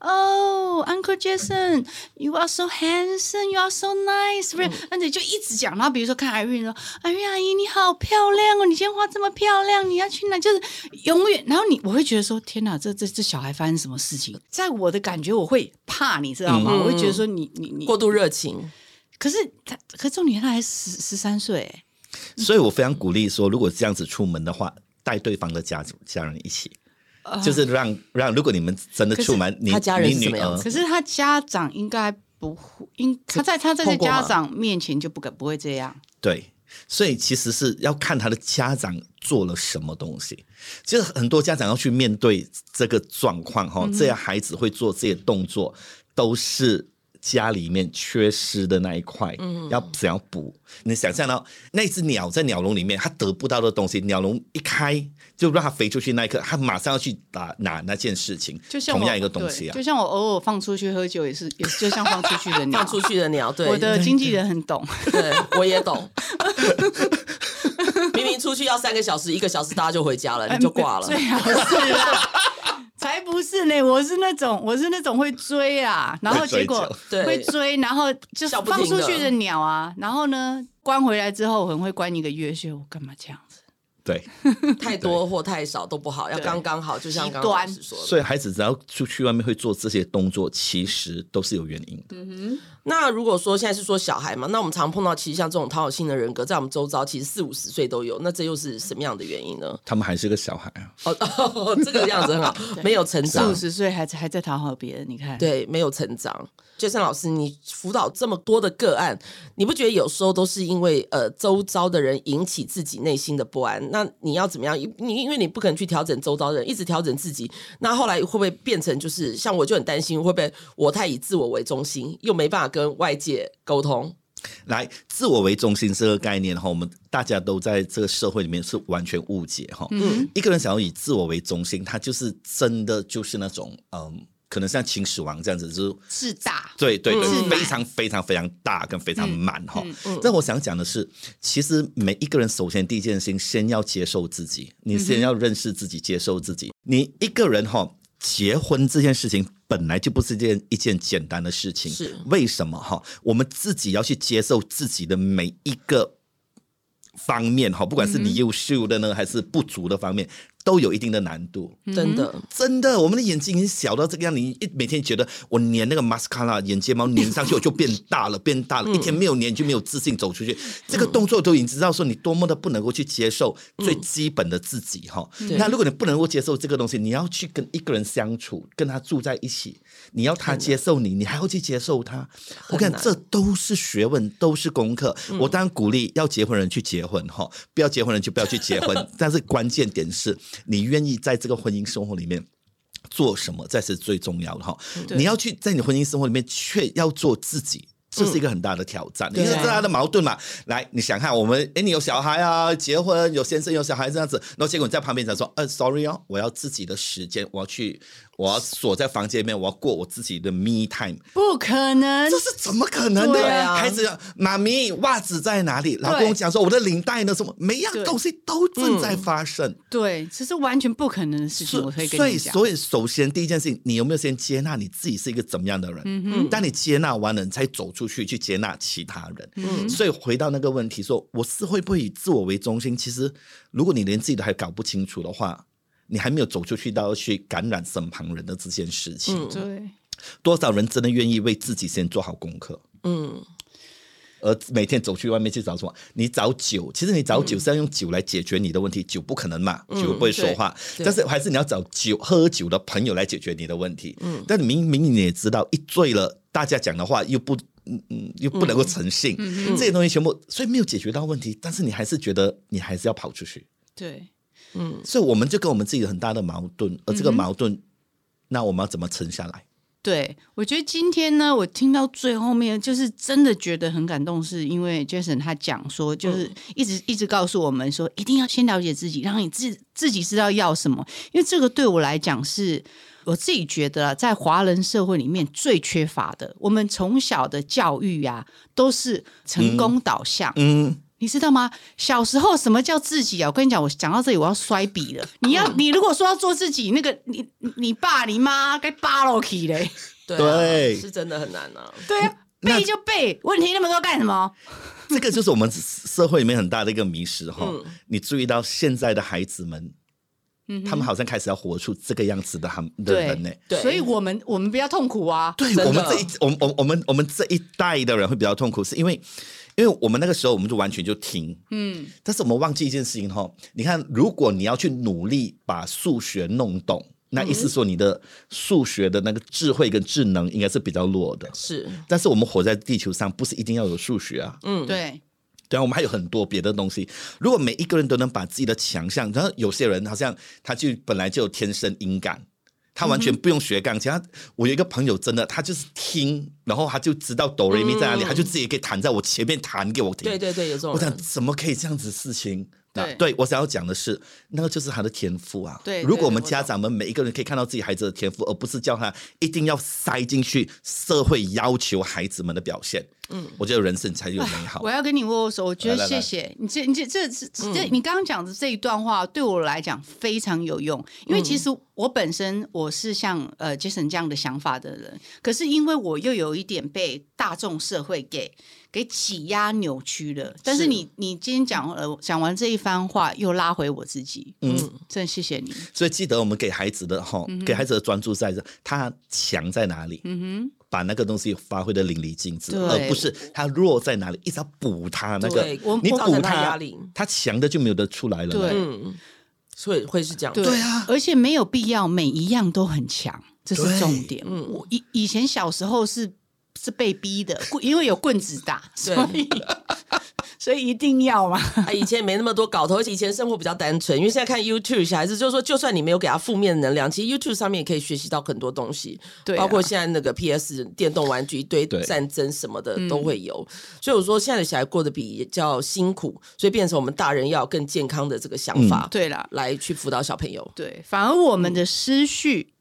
Speaker 3: Oh, Uncle Jason, you are so handsome, you are so nice. 不是，
Speaker 1: 嗯
Speaker 3: 而且就一直讲，然后比如说看 Irene 说，Irene 阿姨你好漂亮哦，你今天画这么漂亮，你要去哪？就是永远，然后你我会觉得说，天哪，这这这小孩发生什么事情？在我的感觉，我会怕，你知道吗？
Speaker 1: 嗯
Speaker 3: 我会觉得说你你你，
Speaker 1: 过度热情，
Speaker 3: 可是他，可是重点他还十十三岁欸，
Speaker 1: 嗯
Speaker 2: 所以我非常鼓励说，如果这样子出门的话，带对方的家族家人一起。就是让让，如果你们真的出门，你
Speaker 1: 他家人
Speaker 2: 你
Speaker 1: 哦是
Speaker 2: 女
Speaker 1: 怎么样
Speaker 2: 儿
Speaker 1: 子
Speaker 3: 可是他家长应该不会，应他在他在
Speaker 1: 碰过吗
Speaker 3: 家长面前就不敢不会这样。
Speaker 2: 对，所以其实是要看他的家长做了什么东西。其实很多家长要去面对这个状况哈，
Speaker 3: 嗯
Speaker 2: 这些孩子会做这些动作，都是家里面缺失的那一块，
Speaker 3: 嗯
Speaker 2: 要怎样补？你想象到那只鸟在鸟笼里面，它得不到的东西，鸟笼一开就让它飞出去那一刻，它马上要去打拿那件事情，
Speaker 3: 就像我
Speaker 2: 同样一个东西啊
Speaker 3: 对就。像我偶尔放出去喝酒也是， 也是就像放出去的鸟
Speaker 1: 放。出去的鸟，对，
Speaker 3: 我的经纪人很懂，
Speaker 1: 对，我也懂。 明明出去要三个小时，一个小时大家就回
Speaker 3: 哎
Speaker 1: 家了，你就 挂了。
Speaker 3: 最好啊是啦。才不是呢！我是那种，我是那种会追啊，然后结 果
Speaker 1: 追酒
Speaker 3: 会追，然后就
Speaker 1: 笑不
Speaker 3: 放
Speaker 1: 停
Speaker 3: 出
Speaker 1: 的
Speaker 3: 去的鸟啊，然后呢关回来之后，我很会关一个月，所以我干嘛这样子？
Speaker 2: 对，
Speaker 1: 太多或太少都不好，要
Speaker 3: 对
Speaker 1: 刚刚好，就像刚刚
Speaker 3: 极
Speaker 1: 老
Speaker 3: 端
Speaker 1: 师说的。
Speaker 2: 所以孩子只要出去外面会做这些动作，其实都是有原因的。
Speaker 3: 嗯
Speaker 1: 那如果说现在是说小孩嘛，那我们常碰到其实像这种讨好性的人格，在我们周遭其实四五十岁都有，那这又是什么样的原因呢？
Speaker 2: 他们还是个小孩啊。
Speaker 1: 哦，哦 这个样子很好，没有成
Speaker 3: 四五
Speaker 1: 长，
Speaker 3: 十岁还在还在讨好别人，你看，
Speaker 1: 对，没有成长。杰森老师，你辅导这么多的个案，你不觉得有时候都是因为呃周遭的人引起自己内心的不安？那你要怎么样？你因为你不可能去调整周遭的人，一直调整自己，那后来会不会变成就是像我就很担心，会不会我太以自我为中心，又没办法跟外界沟通？
Speaker 2: 来，自我为中心这个概念哈，我们大家都在这个社会里面是完全误解哈。
Speaker 3: 嗯，
Speaker 2: 一个人想要以自我为中心，他就是真的就是那种嗯，可能像秦始皇这样子，就是
Speaker 3: 自大，
Speaker 2: 对对对，
Speaker 3: 嗯
Speaker 2: 非常非常非常大跟非常满哈
Speaker 3: 嗯。
Speaker 2: 但我想讲的是，其实每一个人首先第一件事情，先要接受自己，你先要认识自己，接受自己。你一个人哈，结婚这件事情本来就不是件一件简单的事情，
Speaker 1: 是
Speaker 2: 为什么哈？我们自己要去接受自己的每一个方面哈，不管是你优秀的呢，还是不足的方面，都有一定的难度。
Speaker 1: 真的，
Speaker 2: 真的，我们的眼睛已经小到这个样，你一每天觉得我粘那个 mascara 眼睫毛粘上去，我就变大了，变大了，一天没有粘你就没有自信走出去。这个动作都已经知道说你多么的不能够去接受最基本的自己哈。
Speaker 1: 对
Speaker 2: 那如果你不能够接受这个东西，你要去跟一个人相处，跟他住在一起，你要他接受你，你还要去接受他。我跟你
Speaker 1: 难
Speaker 2: 讲，这都是学问，都是功课。我当然鼓励要结婚人去结婚哈，不要结婚人就不要去结婚。但是关键点是你愿意在这个婚姻生活里面。做什么，这是最重要的哈。
Speaker 3: 对
Speaker 2: 你要去在你婚姻生活里面，却要做自己，这是一个很大的挑战，因
Speaker 1: 对
Speaker 2: 为这是他的矛盾嘛。来，你想看我们，哎，你有小孩啊，结婚有先生有小孩这样子，然后结果你在旁边讲说，呃，sorry 哦，我要自己的时间，我要去，我要锁在房间里面，我要过我自己的 me time，
Speaker 3: 不可能
Speaker 1: 嗯
Speaker 2: 这，是怎么可能
Speaker 1: 对
Speaker 2: 的？
Speaker 1: 啊
Speaker 2: 孩子，妈咪，袜子在哪里？老公讲说我的领带呢？什么？每样
Speaker 3: 对
Speaker 2: 东西都正在发生。
Speaker 3: 对，这是完全不可能的事情。
Speaker 2: 所
Speaker 3: 我可以
Speaker 2: 所
Speaker 3: 跟
Speaker 2: 以，
Speaker 3: 你讲，
Speaker 2: 所以首先第一件事情，你有没有先接纳你自己是一个怎么样的人？
Speaker 1: 嗯
Speaker 2: 当你接纳完了，你才走出去去接纳其他人。
Speaker 1: 嗯
Speaker 2: 所以回到那个问题说我是会不会以自我为中心？其实，如果你连自己都还搞不清楚的话，你还没有走出去到去感染身旁人的这件事情。
Speaker 1: 嗯
Speaker 3: 对，
Speaker 2: 多少人真的愿意为自己先做好功课？
Speaker 1: 嗯，
Speaker 2: 而每天走去外面去找什么？你找酒，其实你找
Speaker 1: 嗯
Speaker 2: 酒是要用酒来解决你的问题，酒不可能嘛，酒不会说话，
Speaker 1: 对对
Speaker 2: 但是还是你要找酒喝酒的朋友来解决你的问题。嗯，但你明明你也知道，一醉了，大家讲的话又不。嗯嗯，又不能够诚信，
Speaker 1: 嗯
Speaker 2: 这些东西全部，所以没有解决到问题，但是你还是觉得你还是要跑出去，
Speaker 3: 对，
Speaker 1: 嗯
Speaker 2: 所以我们就跟我们自己有很大的矛盾，而这个矛盾，那我们要怎么撑下来？
Speaker 3: 对，我觉得今天呢，我听到最后面，就是真的觉得很感动，是因为 Jason 他讲说，就是
Speaker 2: 嗯
Speaker 3: 一直、一直告诉我们说，一定要先了解自己，让你自自己知道要什么。因为这个对我来讲是。我自己觉得啊，在华人社会里面最缺乏的，我们从小的教育啊，都是成功导向。
Speaker 2: 嗯，
Speaker 3: 你知道吗？小时候什么叫自己啊？我跟你讲，我讲到这里我要摔笔了。你要你如果说要做自己，那个你你你爸你妈该扒楼起嘞。
Speaker 1: 对啊
Speaker 2: 对
Speaker 1: 是真的很难啊。
Speaker 3: 对 啊，
Speaker 2: 那
Speaker 3: 背就背，问题那么多干什么？
Speaker 2: 这个就是我们社会里面很大的一个迷失哈、
Speaker 1: 嗯
Speaker 2: 你注意到现在的孩子们，他们好像开始要活出这个样子的他们的人呢、
Speaker 1: 对
Speaker 3: 所以我们我们不要痛苦啊。
Speaker 2: 对
Speaker 1: 真的
Speaker 2: 我们这一我们我们我们我们这一代的人会比较痛苦，是因为因为我们那个时候我们就完全就停，
Speaker 3: 嗯，
Speaker 2: 但是我们忘记一件事情哈，你看，如果你要去努力把数学弄懂，那意思说你的数学的那个智慧跟智能应该是比较弱的。
Speaker 1: 是，
Speaker 2: 但是我们活在地球上，不是一定要有数学啊，
Speaker 1: 嗯，
Speaker 3: 对，
Speaker 2: 对啊，我们还有很多别的东西。如果每一个人都能把自己的强项，然后有些人好像他就本来就有天生音感，他完全不用学钢琴。他我有一个朋友，真的他就是听，然后他就知道哆瑞咪在哪
Speaker 3: 嗯
Speaker 2: 里，他就自己可以弹在我前面弹给我听。
Speaker 1: 对对对，有这种
Speaker 2: 我想
Speaker 1: 人，
Speaker 2: 怎么可以这样子事情？
Speaker 3: 对
Speaker 2: 那对我想要讲的是，那个就是他的天赋啊。
Speaker 3: 对
Speaker 2: 如果我们
Speaker 3: 对对
Speaker 2: 家长们每一个人可以看到自己孩子的天赋，而不是叫他一定要塞进去社会要求孩子们的表现，嗯，我觉得人生才有美好
Speaker 3: 我。要跟你握握手，我觉
Speaker 2: 来
Speaker 3: 得
Speaker 2: 来来嗯
Speaker 3: 谢谢你这你这这这这你刚刚讲的这一段话对我来讲非常有用，因为其实我本身我是像呃 Jason 这样的想法的人，可是因为我又有一点被大众社会给给挤压扭曲了。但是
Speaker 1: 是
Speaker 3: 你你今天讲呃讲完这一番话，又拉回我自己，嗯，真的谢谢你，
Speaker 2: 所以记得我们给孩子的哈，给孩子的专注在这，他强在哪里，
Speaker 3: 嗯
Speaker 2: 把那个东西发挥的淋漓尽致，
Speaker 3: 对
Speaker 2: 而不是他弱在哪里，一直要补他那个
Speaker 1: 对，
Speaker 3: 我
Speaker 2: 你
Speaker 1: 造成
Speaker 2: 补
Speaker 1: 他压
Speaker 2: 他
Speaker 1: 力，
Speaker 2: 他强的就没有得出来了。
Speaker 3: 对
Speaker 1: 嗯，所以会是这样，
Speaker 3: 对
Speaker 2: 对啊
Speaker 3: 而且没有必要每一样都很强，这是
Speaker 2: 对
Speaker 3: 重点。
Speaker 1: 嗯
Speaker 3: 我以以前小时候是是被逼的， 棍因为有棍子打，
Speaker 1: 对
Speaker 3: 所以 所以一定要嘛。
Speaker 1: 啊，以前没那么多搞头，而且以前生活比较单纯。因为现在看 YouTube，小孩子就是说，就算你没有给他负面能量，其实 YouTube 上面也可以学习到很多东西，
Speaker 3: 对啊
Speaker 1: 包括现在那个 PS 电动玩具一堆
Speaker 2: 对嗯
Speaker 1: 战争什么的都会有。所以我说，现在的小孩过得比较辛苦，所以变成我们大人要有更健康的这个想法，
Speaker 2: 嗯
Speaker 3: 对啦，
Speaker 1: 来去辅导小朋友。
Speaker 3: 对，反而我们的思绪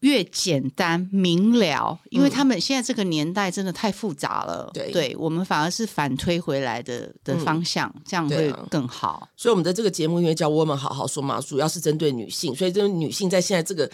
Speaker 3: 越简单明了，因为他们现在这个年代真的太复杂了。
Speaker 1: 对
Speaker 3: 我们反而是反推回来的的方向，这样
Speaker 1: 对
Speaker 3: 会
Speaker 1: 啊
Speaker 3: 更好。
Speaker 1: 所以我们的这个节目因为叫《我们好好说嘛》，主要是针对女性，所以这个女性在现在这个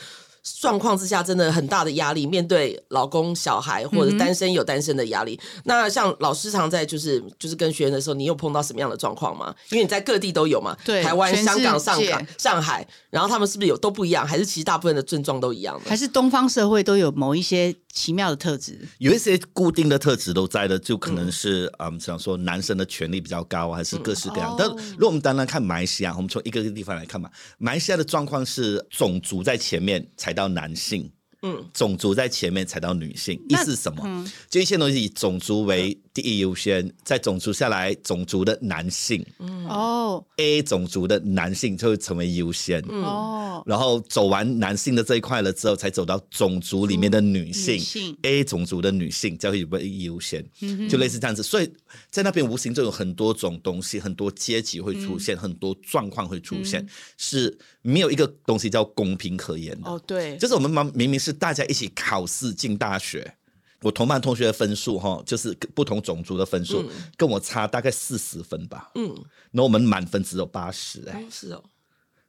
Speaker 1: 状况之下，真的很大的压力，面对老公、小孩
Speaker 3: 嗯
Speaker 1: 或者单身有单身的压力。那像老师常在就是就是跟学员的时候，你有碰到什么样的状况吗？因为你在各地都有嘛，
Speaker 3: 对
Speaker 1: 台湾、
Speaker 3: 全世
Speaker 1: 香
Speaker 3: 界
Speaker 1: 港、上港、上海，然后他们是不是有都不一样？还是其实大部分的症状都一样的？
Speaker 3: 还是东方社会都有某一些奇妙的特质。
Speaker 2: 有一些固定的特质都在的，就可能是嗯，想说男生的权利比较高，啊还是各式各样。
Speaker 3: 哦
Speaker 2: 但如果我们单单看马来西亚，我们从一个个地方来看嘛，马来西亚的状况是种族在前面，才到男性。
Speaker 1: 嗯
Speaker 2: 种族在前面才到女性，意
Speaker 3: 那
Speaker 2: 思是什么？
Speaker 3: 嗯
Speaker 2: 就一些东西以种族为第一优先，在种族下来，种族的男性、
Speaker 3: 哦
Speaker 2: A 种族的男性就会成为优先。
Speaker 3: 哦，
Speaker 2: 然后走完男性的这一块了之后，才走到种族里面的女性
Speaker 3: 女性嗯
Speaker 2: A 种族的女性才会被优先，就类似这样子。所以在那边无形中有很多种东西，很多阶级会出现，很多状况会出现，是没有一个东西叫公平可言的。
Speaker 3: 哦，对，
Speaker 2: 就是我们明明明是大家一起考试进大学。我同班同学的分数哈，就是不同种族的分
Speaker 3: 嗯
Speaker 2: 数，跟我差大概四十分吧。嗯，然后我们满分只有八十哎，
Speaker 1: 哦是哦，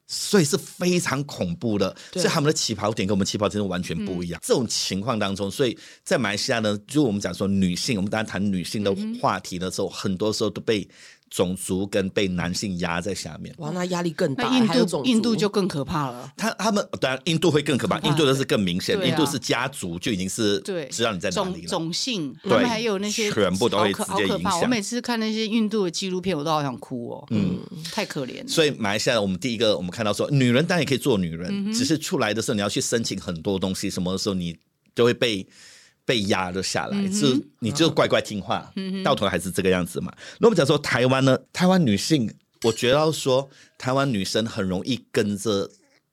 Speaker 2: 所以是非常恐怖的，
Speaker 1: 对
Speaker 2: 所以他们的起跑点跟我们起跑点是完全不
Speaker 3: 嗯
Speaker 2: 一样。这种情况当中，所以在马来西亚呢，就我们讲说女性，我们当然谈女性
Speaker 3: 嗯
Speaker 2: 的话题的时候，很多时候都被种族跟被男性压在下面。
Speaker 1: 哇，那压力更大，
Speaker 3: 那印
Speaker 1: 还有种
Speaker 3: 度
Speaker 1: 族
Speaker 3: 印度就更可怕了。
Speaker 2: 他他们当然印度会更可怕，
Speaker 3: 可怕
Speaker 2: 印度的是更明显，
Speaker 3: 对啊
Speaker 2: 印度是家族就已经是
Speaker 3: 对，
Speaker 2: 知道你在哪
Speaker 3: 种
Speaker 2: 里了。
Speaker 3: 种姓，
Speaker 2: 对
Speaker 3: 他们还有那些
Speaker 2: 全部都会
Speaker 3: 好可
Speaker 2: 直接
Speaker 3: 好可
Speaker 2: 影
Speaker 3: 怕。
Speaker 2: 响
Speaker 3: 我每次看那些印度的纪录片，我都好想哭哦，嗯，太可怜了。
Speaker 2: 所以马来西亚，我们第一个我们看到说，女人当然也可以做女人，只是出来的时候你要去申请很多东西，什么的时候你就会被被压了下来，就你就乖乖听话，到头还是这个样子嘛。那我们讲说台湾呢，台湾女性，我觉得要说台湾女生很容易跟着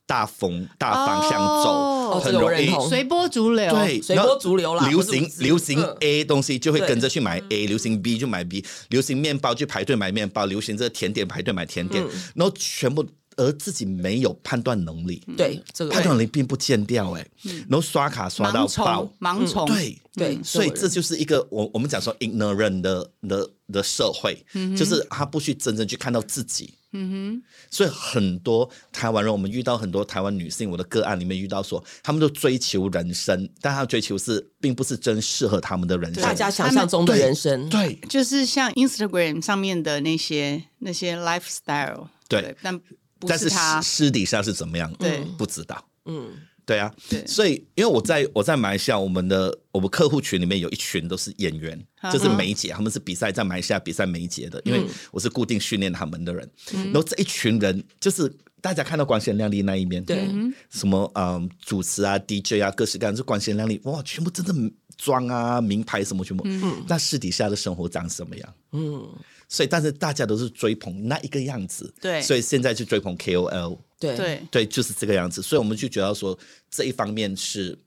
Speaker 2: 大风大方向走，
Speaker 3: 哦
Speaker 2: 很
Speaker 1: 这个
Speaker 2: 容
Speaker 1: 我认
Speaker 2: 易。
Speaker 1: 同
Speaker 3: 随波逐流，
Speaker 2: 对，
Speaker 1: 随
Speaker 2: 然后
Speaker 1: 波逐流啦
Speaker 2: 流
Speaker 1: 不是
Speaker 2: 行
Speaker 1: 不是
Speaker 2: 流行
Speaker 1: 嗯
Speaker 2: A 东西就会
Speaker 1: 对嗯
Speaker 2: 跟着去买 A，流行 B 就买 B，流行面包就排队买面包，流行这个甜点排队买甜
Speaker 1: 嗯
Speaker 2: 点，然后全部而自己没有判断能力，
Speaker 1: 对嗯这个
Speaker 2: 判断能力并不见掉哎、然后刷卡刷到
Speaker 3: 盲
Speaker 2: 爆嗯
Speaker 3: 从，，盲从，
Speaker 2: 对
Speaker 1: 对
Speaker 2: 所以
Speaker 3: 嗯
Speaker 2: 这
Speaker 1: 这
Speaker 2: 就是一个我我们讲说 ignorant 的的的社会，就是他不去真正去看到自己。嗯哼，所以很多台湾人，我们遇到很多台湾女性，我的个案里面遇到说，他们都追求人生，但他追求是并不是真适合他们的人生。
Speaker 1: 大家想象中的
Speaker 2: 对
Speaker 1: 人生，
Speaker 2: 对
Speaker 3: 就是像 Instagram 上面的那些那些 lifestyle，
Speaker 2: 对，
Speaker 3: 但不
Speaker 2: 但是
Speaker 3: 他
Speaker 2: 私，私底下是怎么样？
Speaker 3: 对
Speaker 2: 不知道。
Speaker 1: 嗯，
Speaker 2: 对啊，
Speaker 3: 对
Speaker 2: 所以因为我在我在马来西亚，我们的我们客户群里面有一群都是演员，就是梅姐，他们是比赛在马来西亚比赛梅姐的，因为我是固定训练他们的人。然后这一群人就是大家看到光鲜亮丽那一面，
Speaker 1: 对，
Speaker 2: 什么嗯主持啊、DJ 啊，各式各样，就光鲜亮丽，哇，全部真的妆啊、名牌什么全部。但私底下的生活长什么样？
Speaker 1: 嗯，
Speaker 2: 所以，但是大家都是追捧那一个样子，
Speaker 3: 对
Speaker 2: 所以现在去追捧 KOL，
Speaker 1: 对，
Speaker 3: 对，
Speaker 2: 对，就是这个样子。所以我们就觉得说这一方面是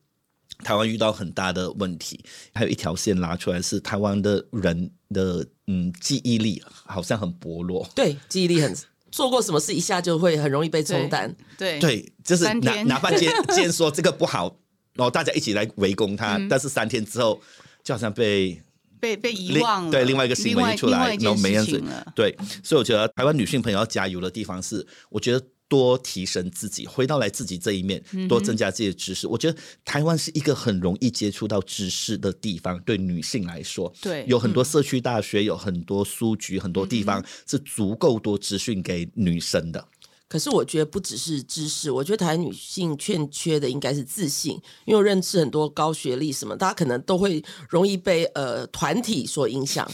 Speaker 2: 台湾遇到很大的问题，还有一条线拉出来是台湾的人的嗯记忆力好像很薄弱。
Speaker 1: 对，记忆 力很，做过什么事一下就会很容易被冲淡，
Speaker 3: 对，
Speaker 2: 对，就是
Speaker 3: 三
Speaker 2: 哪
Speaker 3: 天
Speaker 2: 哪怕今天今天说这个不好，然后大家一起来围攻他，
Speaker 3: 嗯
Speaker 2: 但是三天之后就好像被
Speaker 3: 被被遗
Speaker 2: 另
Speaker 3: 忘了，
Speaker 2: 对，另外一个新闻一出
Speaker 3: 另外
Speaker 2: 来，
Speaker 3: 一
Speaker 2: 然后
Speaker 3: 件
Speaker 2: 没
Speaker 3: 事
Speaker 2: 样子
Speaker 3: 情了。。
Speaker 2: 对，所以我觉得台湾女性朋友要加油的地方是，我觉得。多提升自己，回到来自己这一面，
Speaker 1: 嗯
Speaker 2: 多增加自己的知识。我觉得台湾是一个很容易接触到知识的地方，对女性来说，
Speaker 3: 对
Speaker 2: 有
Speaker 1: 嗯
Speaker 2: 很多社区大学，有很多书局，很多地方是足够多资讯给女生的。
Speaker 1: 可是我觉得不只是知识，我觉得台湾女性欠缺的应该是自信，因为我认识很多高学历什么，大家可能都会容易被呃团体所影 响，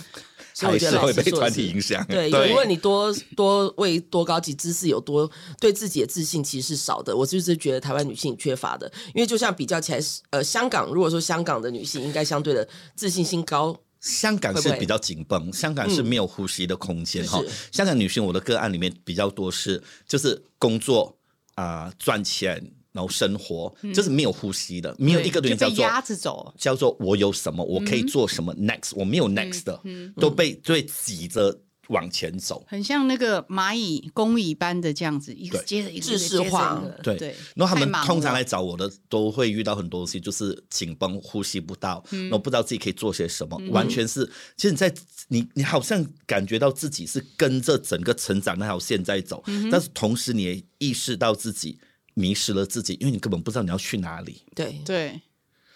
Speaker 1: 所以
Speaker 2: 还
Speaker 1: 我觉
Speaker 2: 是
Speaker 1: 得老
Speaker 2: 会
Speaker 1: 师
Speaker 2: 被
Speaker 1: 说的
Speaker 2: 团
Speaker 1: 是
Speaker 2: 体影响。
Speaker 1: 对，
Speaker 3: 对
Speaker 1: 因为你多多为多高级知识有多对自己的自信其实是少的，我就是觉得台湾女性缺乏的，因为就像比较起来，呃，香港如果说香港的女性应该相对的自信心高，
Speaker 2: 香港
Speaker 1: 会
Speaker 2: 是
Speaker 1: 不会
Speaker 2: 比较紧绷，香港是没有呼吸的空间哈、
Speaker 1: 是
Speaker 2: 香港女性，我的个案里面比较多是就是工作啊、赚钱，然后生活、
Speaker 1: 嗯
Speaker 2: 就是没有呼吸的，没有一个东西
Speaker 3: 就
Speaker 2: 叫
Speaker 3: 被
Speaker 2: 做
Speaker 3: 压着走，
Speaker 2: 叫做我有什么，我可
Speaker 1: 嗯
Speaker 2: 以做什么、next，我没有 next 的，都被都被挤着往前走。
Speaker 3: 很像那个蚂蚁工蚁般的这样子，一个
Speaker 2: 对
Speaker 3: 接着一个，
Speaker 1: 制式
Speaker 3: 一个接着
Speaker 1: 化
Speaker 3: 一个
Speaker 2: 对，
Speaker 3: 对。
Speaker 2: 然后他们
Speaker 3: 太忙
Speaker 2: 通常
Speaker 3: 了
Speaker 2: 来找我的都会遇到很多东西，就是紧绷、呼吸不到，
Speaker 3: 嗯
Speaker 2: 然后不知道自己可以做些什么，完全是，其实你在你你好像感觉到自己是跟着整个成长那条线在走，
Speaker 3: 嗯
Speaker 2: 但是同时你也意识到自己迷失了自己，因为你根本不知道你要去哪里，
Speaker 1: 对，
Speaker 3: 对，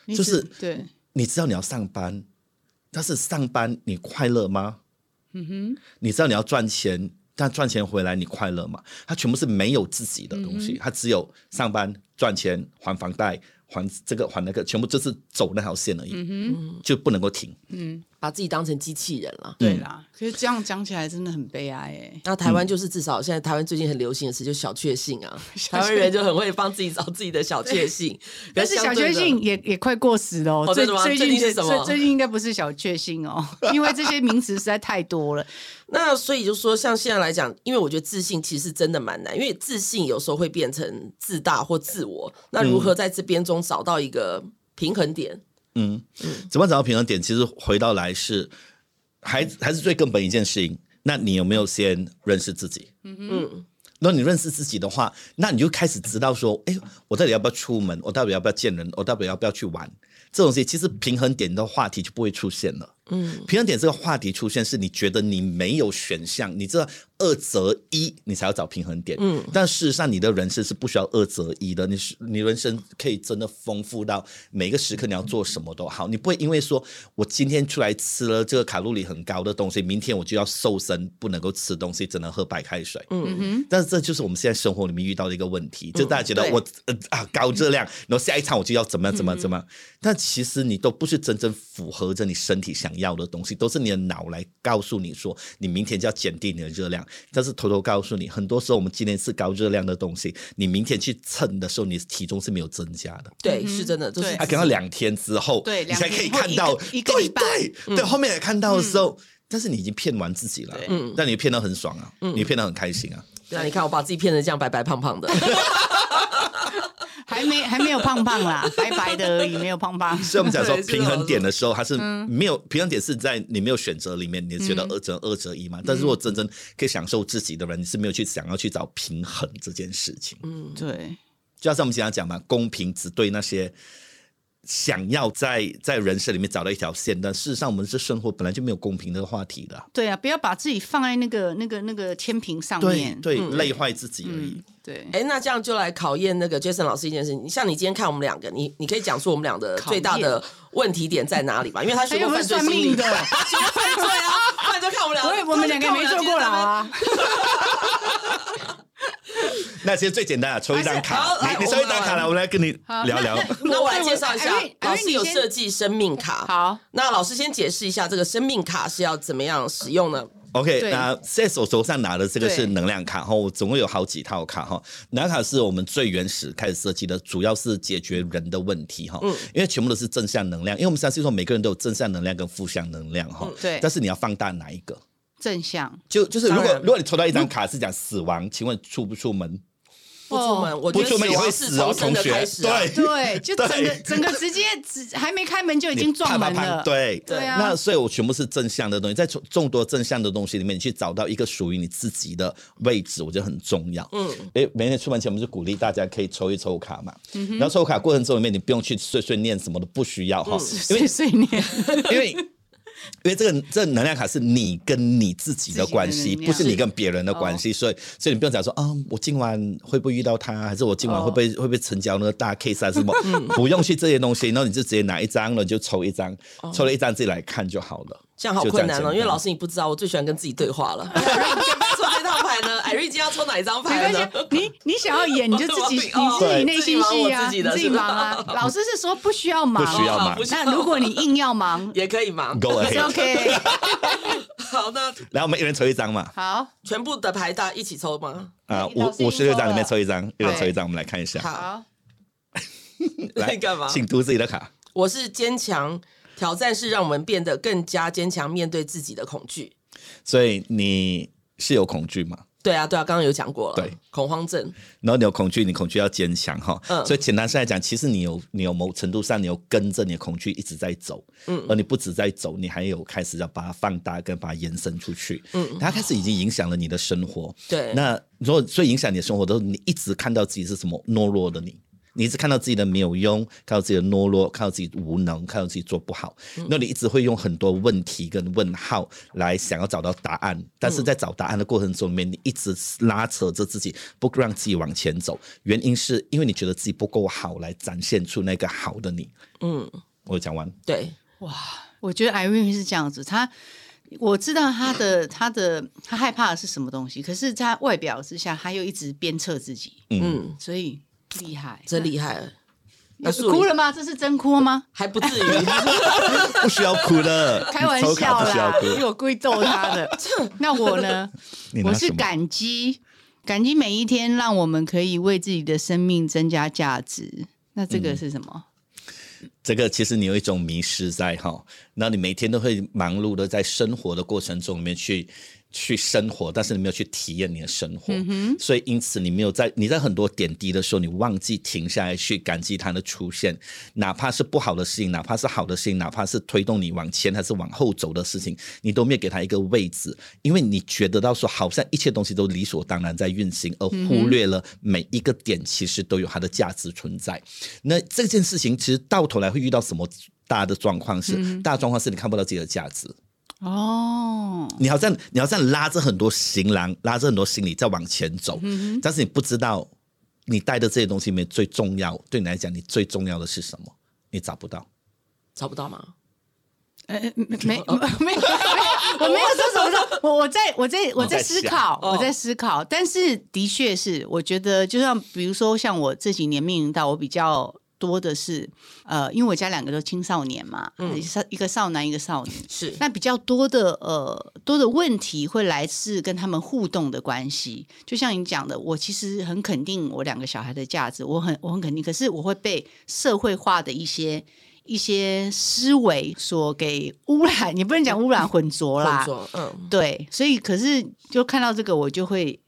Speaker 3: 你
Speaker 2: 就
Speaker 3: 只
Speaker 2: 是
Speaker 3: 对，
Speaker 1: 嗯
Speaker 2: 你知道你要上班，但是上班你快乐吗？嗯哼，你知道你要赚钱。但赚钱回来你快乐吗？它全部是没有自己的东西，它只有上班赚钱、还嗯房贷、还这个还那个，全部就是走那条线而已，就不能够停。
Speaker 1: 把自己当成机器人了。
Speaker 3: 对啦，可是这样讲起来真的很悲哀欸
Speaker 1: 那台湾就是至少现在台湾最近很流行的词就小确幸 啊，台湾人就很会帮自己找自己的小确幸。
Speaker 3: 但是小确幸也也快过时了、哦
Speaker 1: 哦
Speaker 3: 最
Speaker 1: 真的吗
Speaker 3: 最
Speaker 1: 最近
Speaker 3: 最
Speaker 1: 是什么
Speaker 3: 最近应该不是小确幸哦，因为这些名词实在太多了。
Speaker 1: 那所以就说，像现在来讲，因为我觉得自信其实真的蛮难，因为自信有时候会变成自大或自我。那如
Speaker 3: 嗯
Speaker 1: 何在这边中找到一个平衡点？
Speaker 2: 嗯，怎么找到平衡点？其实回到来是，还还是最根本一件事情。那你有没有先认识自己？嗯如果你认识自己的话，那你就开始知道说，哎，我到底要不要出门？我到底要不要见人？我到底要不要去玩？这种东西其实平衡点的话题就不会出现了。嗯，平衡点这个话题出现是你觉得你没有选项，你这二择一，你才要找平衡点。嗯，但事实上你的人生是不需要二择一的，你是你人生可以真的丰富到每个时刻你要做什么都好，你不会因为说我今天出来吃了这个卡路里很高的东西，明天我就要瘦身，不能够吃东西，只能喝白开水。
Speaker 3: 嗯哼。
Speaker 2: 但是这就是我们现在生活里面遇到的一个问题，就大家觉得
Speaker 3: 对
Speaker 2: 我、呃啊高热量，然后下一餐我就要怎么样怎么样怎么样，但其实你都不是真正符合着你身体想要的东西，都是你的脑来告诉你说你明天就要减低你的热量，但是偷偷告诉你，很多时候我们今天吃高热量的东西，你明天去称的时候，你的体重是没有增加的。
Speaker 1: 对，
Speaker 3: 嗯哼
Speaker 1: 是真的，就是
Speaker 3: 对
Speaker 2: 啊，可能两天之后，
Speaker 3: 对
Speaker 2: 你才可以
Speaker 3: 两天或
Speaker 2: 看到
Speaker 3: 一个一个礼拜嗯
Speaker 2: 对对、对，后面也看到的时候，但是你已经骗完自己了
Speaker 3: 对，嗯
Speaker 2: 嗯，但你骗得很爽啊，你骗得很开心啊，
Speaker 1: 那你看我把自己骗成这样白白胖 胖的，
Speaker 3: 还没还没有胖胖啦，白白的而已，没有胖胖。
Speaker 2: 所以我们讲说
Speaker 1: 对是的
Speaker 2: 平衡点的时候，它是没有平衡点是在你没有选择里面，你觉得二择二择一嘛？但是如果真正可以享受自己的人，你是没有去想要去找平衡这件事情。
Speaker 3: 对，
Speaker 2: 就像我们经常讲嘛，公平只对那些想要在在人生里面找到一条线，但事实上我们这生活本来就没有公平的话题的啊。
Speaker 3: 对啊，不要把自己放在那个那个那个天平上
Speaker 2: 对
Speaker 3: 面。
Speaker 2: 对，累坏自己而已
Speaker 3: 嗯。，对，
Speaker 1: 哎，那这样就来考验那个 Jason 老师一件事情。像你今天看我们两个，你你可以讲出我们俩的
Speaker 3: 考验
Speaker 1: 最大的问题点在哪里吧？因为他
Speaker 3: 还
Speaker 1: 学
Speaker 3: 有
Speaker 1: 过
Speaker 3: 没有
Speaker 1: 犯罪
Speaker 3: 算
Speaker 1: 心理
Speaker 3: 命的？
Speaker 1: 学过犯罪啊，不然就看我们俩，
Speaker 3: 我也我们两个也没坐过牢 啊。
Speaker 2: 那其实最简单啊，抽一张卡
Speaker 1: 还是好，
Speaker 2: 你你
Speaker 1: 来
Speaker 2: 抽一张卡来，我
Speaker 1: 我们
Speaker 2: 们来跟你
Speaker 3: 好
Speaker 2: 聊聊。
Speaker 1: 那我来介绍一下
Speaker 3: 哎哎，哎
Speaker 1: 老师有
Speaker 3: 你先
Speaker 1: 设计生命卡。
Speaker 3: 好，
Speaker 1: 那老师先解释一下，这个生命卡是要怎么样使用呢？
Speaker 2: OK，
Speaker 3: 对
Speaker 2: 那现在手手上拿的这个是
Speaker 3: 对
Speaker 2: 能量卡哈，我总共有好几套卡哈。能量卡是我们最原始开始设计的，主要是解决人的问题
Speaker 1: 嗯
Speaker 2: 哈，因为全部都是正向能量，因为我们相信说每个人都有正向能量跟负向能量
Speaker 1: 嗯
Speaker 2: 哈。
Speaker 3: 对
Speaker 2: 但是你要放大哪一个？
Speaker 3: 正向
Speaker 2: 就就是如
Speaker 1: 当
Speaker 2: 果
Speaker 1: 然
Speaker 2: 如果你抽到一张卡是讲死亡，请问出不出门？
Speaker 1: 不出门，我觉
Speaker 2: 不
Speaker 1: 得
Speaker 2: 出门也会
Speaker 1: 死
Speaker 2: 死
Speaker 1: 亡
Speaker 2: 哦，
Speaker 1: 是重
Speaker 2: 同
Speaker 1: 生的
Speaker 2: 学
Speaker 1: 开。始啊。
Speaker 3: 对，就整个
Speaker 2: 对
Speaker 3: 整个直接只还没开门就已
Speaker 2: 已
Speaker 3: 经撞门了。
Speaker 2: 对
Speaker 3: 对啊
Speaker 2: 那所以我全部是正向的东西，在众众多正向的东西里面，你去找到一个属于你自己的位置，我觉得很重要。嗯，诶，每天出门前我们就鼓励大家可以抽一抽卡嘛，
Speaker 3: 嗯
Speaker 2: 然后抽卡过程中里面你不用去碎碎念什么的，不需要哈，因为
Speaker 3: 碎碎念，
Speaker 2: 因为。因为这个这个能量卡是你跟你自己的关
Speaker 3: 自己
Speaker 2: 系，
Speaker 3: 的能量哦
Speaker 2: 不是你跟别人的关系，所以所以你不用讲说啊，我今晚会不会遇到他，还是我今晚
Speaker 3: 哦嗯
Speaker 2: 会不会、会不会成交那个大 case 啊什么， 不用去这些东西，然后你就直接拿一张了，你就抽一张，
Speaker 3: 哦
Speaker 2: 抽了一张自己来看就好了。
Speaker 1: 这样好
Speaker 2: 就
Speaker 1: 困难
Speaker 2: 简
Speaker 1: 哦，
Speaker 2: 单
Speaker 1: 因为老师你不知道，我最喜欢跟自己对话 了。Irene，你哎先不要抽这套牌呢，Irene 今天要抽哪一张
Speaker 3: 没关
Speaker 1: 牌 呢？
Speaker 3: 系，啊你你想要演你就自己 你
Speaker 1: 我哦
Speaker 3: 自己内心戏
Speaker 1: 对
Speaker 3: 啊，你
Speaker 1: 自己忙我自己的
Speaker 3: 自己忙啊。 老师是说不需要忙，
Speaker 2: 不需要忙
Speaker 1: 不需要
Speaker 3: 那如果你硬 要忙
Speaker 1: 也可以嘛。
Speaker 2: Go
Speaker 3: 是
Speaker 2: ahead，
Speaker 3: OK。
Speaker 1: 好，那
Speaker 2: 然后我们一人抽一张嘛，
Speaker 3: 好，
Speaker 1: 全部的牌大家一起抽吗？
Speaker 2: 啊，
Speaker 3: 哎老
Speaker 2: 五
Speaker 3: 师已经
Speaker 2: 五十六张里面
Speaker 3: 抽
Speaker 2: 抽一张，一人
Speaker 3: 对
Speaker 2: 抽一张，我们来看一下，
Speaker 1: 好，
Speaker 3: 哎好，
Speaker 2: 来
Speaker 1: 在干嘛
Speaker 2: 请读自己的卡，
Speaker 1: 我是坚强，挑战是让我们变得更加坚强，面对自己的恐惧。
Speaker 2: 所以你是有恐惧吗？
Speaker 1: 对啊，对啊，刚刚有讲过了，
Speaker 2: 对，
Speaker 1: 恐慌症，
Speaker 2: 然后你有恐惧，你恐惧要坚强哈。
Speaker 1: 嗯
Speaker 2: 所以简单上来讲，其实你有你有某程度上你有跟着你的恐惧一直在走，嗯，而你不止在走，你还有开始要把它放大跟把它延伸出去，嗯，它开始已经影响了你的生活。
Speaker 1: 对，
Speaker 2: 那如果最影响你的生活的时候，你一直看到自己是什么懦弱的你。你一直看到自己的没有用，看到自己的懦弱，看到自己无能，看到自己做不好，那你一直会用很多问题跟问号来想要找到答案，但是在找答案的过程中里面，你一直拉扯着自己，不让自己往前走。原因是因为你觉得自己不够好，来展现出那个好的你。
Speaker 1: 嗯，
Speaker 2: 我讲完，
Speaker 1: 对，
Speaker 3: 我觉得 Irene 是这样子，她我知道她的她的她害怕的是什么东西，可是她外表之下，她又一直鞭策自己，
Speaker 1: 嗯，
Speaker 3: 所以厉害，
Speaker 1: 真厉害。那树
Speaker 3: 哭
Speaker 1: 林
Speaker 3: 了吗？这是真哭吗？
Speaker 1: 还不至于。
Speaker 4: 不需要哭的，
Speaker 3: 开玩
Speaker 4: 抽
Speaker 3: 笑
Speaker 4: 卡不需要
Speaker 3: 啦，
Speaker 4: 哭
Speaker 3: 因为我故意逗他的。那我呢？
Speaker 2: 你拿
Speaker 3: 我
Speaker 2: 什
Speaker 3: 是
Speaker 2: 么
Speaker 3: 感激，感激每一天让我们可以为自己的生命增加价值。那这个是什么？
Speaker 2: 这个其实你有一种迷失在哈，那你每天都会忙碌的在生活的过程中里面去去生活，但是你没有去体验你的生活，所以因此你没有在你在很多点滴的时候，你忘记停下来去感激它的出现，哪怕是不好的事情，哪怕是好的事情，哪怕是推动你往前还是往后走的事情，你都没有给它一个位置，因为你觉得到说好像一切东西都理所当然在运行，而忽略了每一个点其实都有它的价值存在。那这件事情其实到头来会遇到什么大的状况是？大状况是你看不到自己的价值，
Speaker 3: 哦，
Speaker 2: 你好像你好像拉着很多行囊，拉着很多行李在往前走，但是你不知道你带的这些东西里面最重要，对你来讲你最重要的是什么？你找不到。
Speaker 1: 找不到吗？
Speaker 3: 呃，没没没没有，我没有说什么说，我我在我在我在思考，
Speaker 1: 哦
Speaker 3: 我在思考，但是的确是，我觉得就像比如说像我这几年面临到我比较。多的是，呃，因为我家两个都青少年嘛，少、一个少男，一个少女，
Speaker 1: 是
Speaker 3: 那比较多的呃多的问题会来自跟他们互动的关系，就像你讲的，我其实很肯定我两个小孩的价值，我很我很肯定，可是我会被社会化的一些一些思维所给污染，你不能讲污染混浊啦，
Speaker 1: 工作，嗯，
Speaker 3: 对，所以可是就看到这个，我就会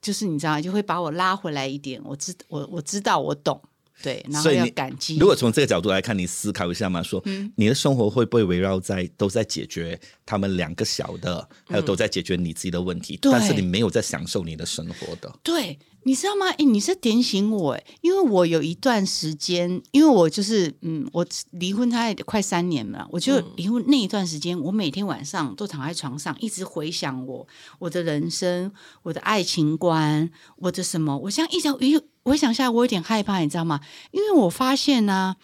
Speaker 3: 就是你知道吗，就会把我拉回来一点，我知我我知道我懂，对，然后
Speaker 2: 所以
Speaker 3: 要
Speaker 2: 你
Speaker 3: 感激，
Speaker 2: 如果从这个角度来看，你思考一下嘛，说你的生活会不会围绕在都在解决他们两个小的，还有都在解决你自己的问题，
Speaker 3: 对
Speaker 2: 但是你没有在享受你的生活的。
Speaker 3: 对，你知道吗？哎，你是点醒我诶，因为我有一段时间，因为我就是嗯，我离婚大概快三年了，我就离婚那一段时间，我每天晚上都躺在床上，一直回想我我的人生、我的爱情观、我的什么，我像一直一回想下来，我有点害怕，你知道吗？因为我发现呢、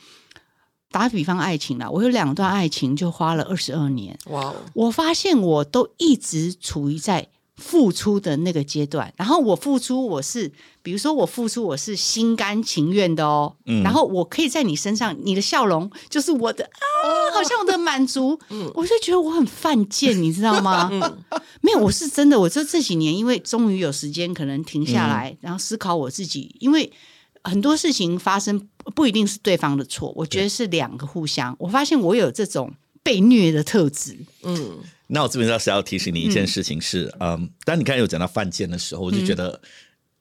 Speaker 3: 打比方爱情啦，我有两段爱情就花了二十二年，
Speaker 1: 哇哦，
Speaker 3: 我发现我都一直处于在付出的那个阶段，然后我付出我是，比如说我付出我是心甘情愿的哦，然后我可以在你身上，你的笑容就是我的啊，好像我的满足，我就觉得我很犯贱，你知道吗？没有，我是真的，我这这几年因为终于有时间，可能停下来，然后思考我自己，因为很多事情发生不一定是对方的错，我觉得是两个互相。我发现我有这种被虐的特质，
Speaker 1: 嗯，
Speaker 2: 那我这边倒是要提醒你一件事情是，嗯，当你刚才有讲到犯贱的时候，我就
Speaker 3: 嗯
Speaker 2: 觉得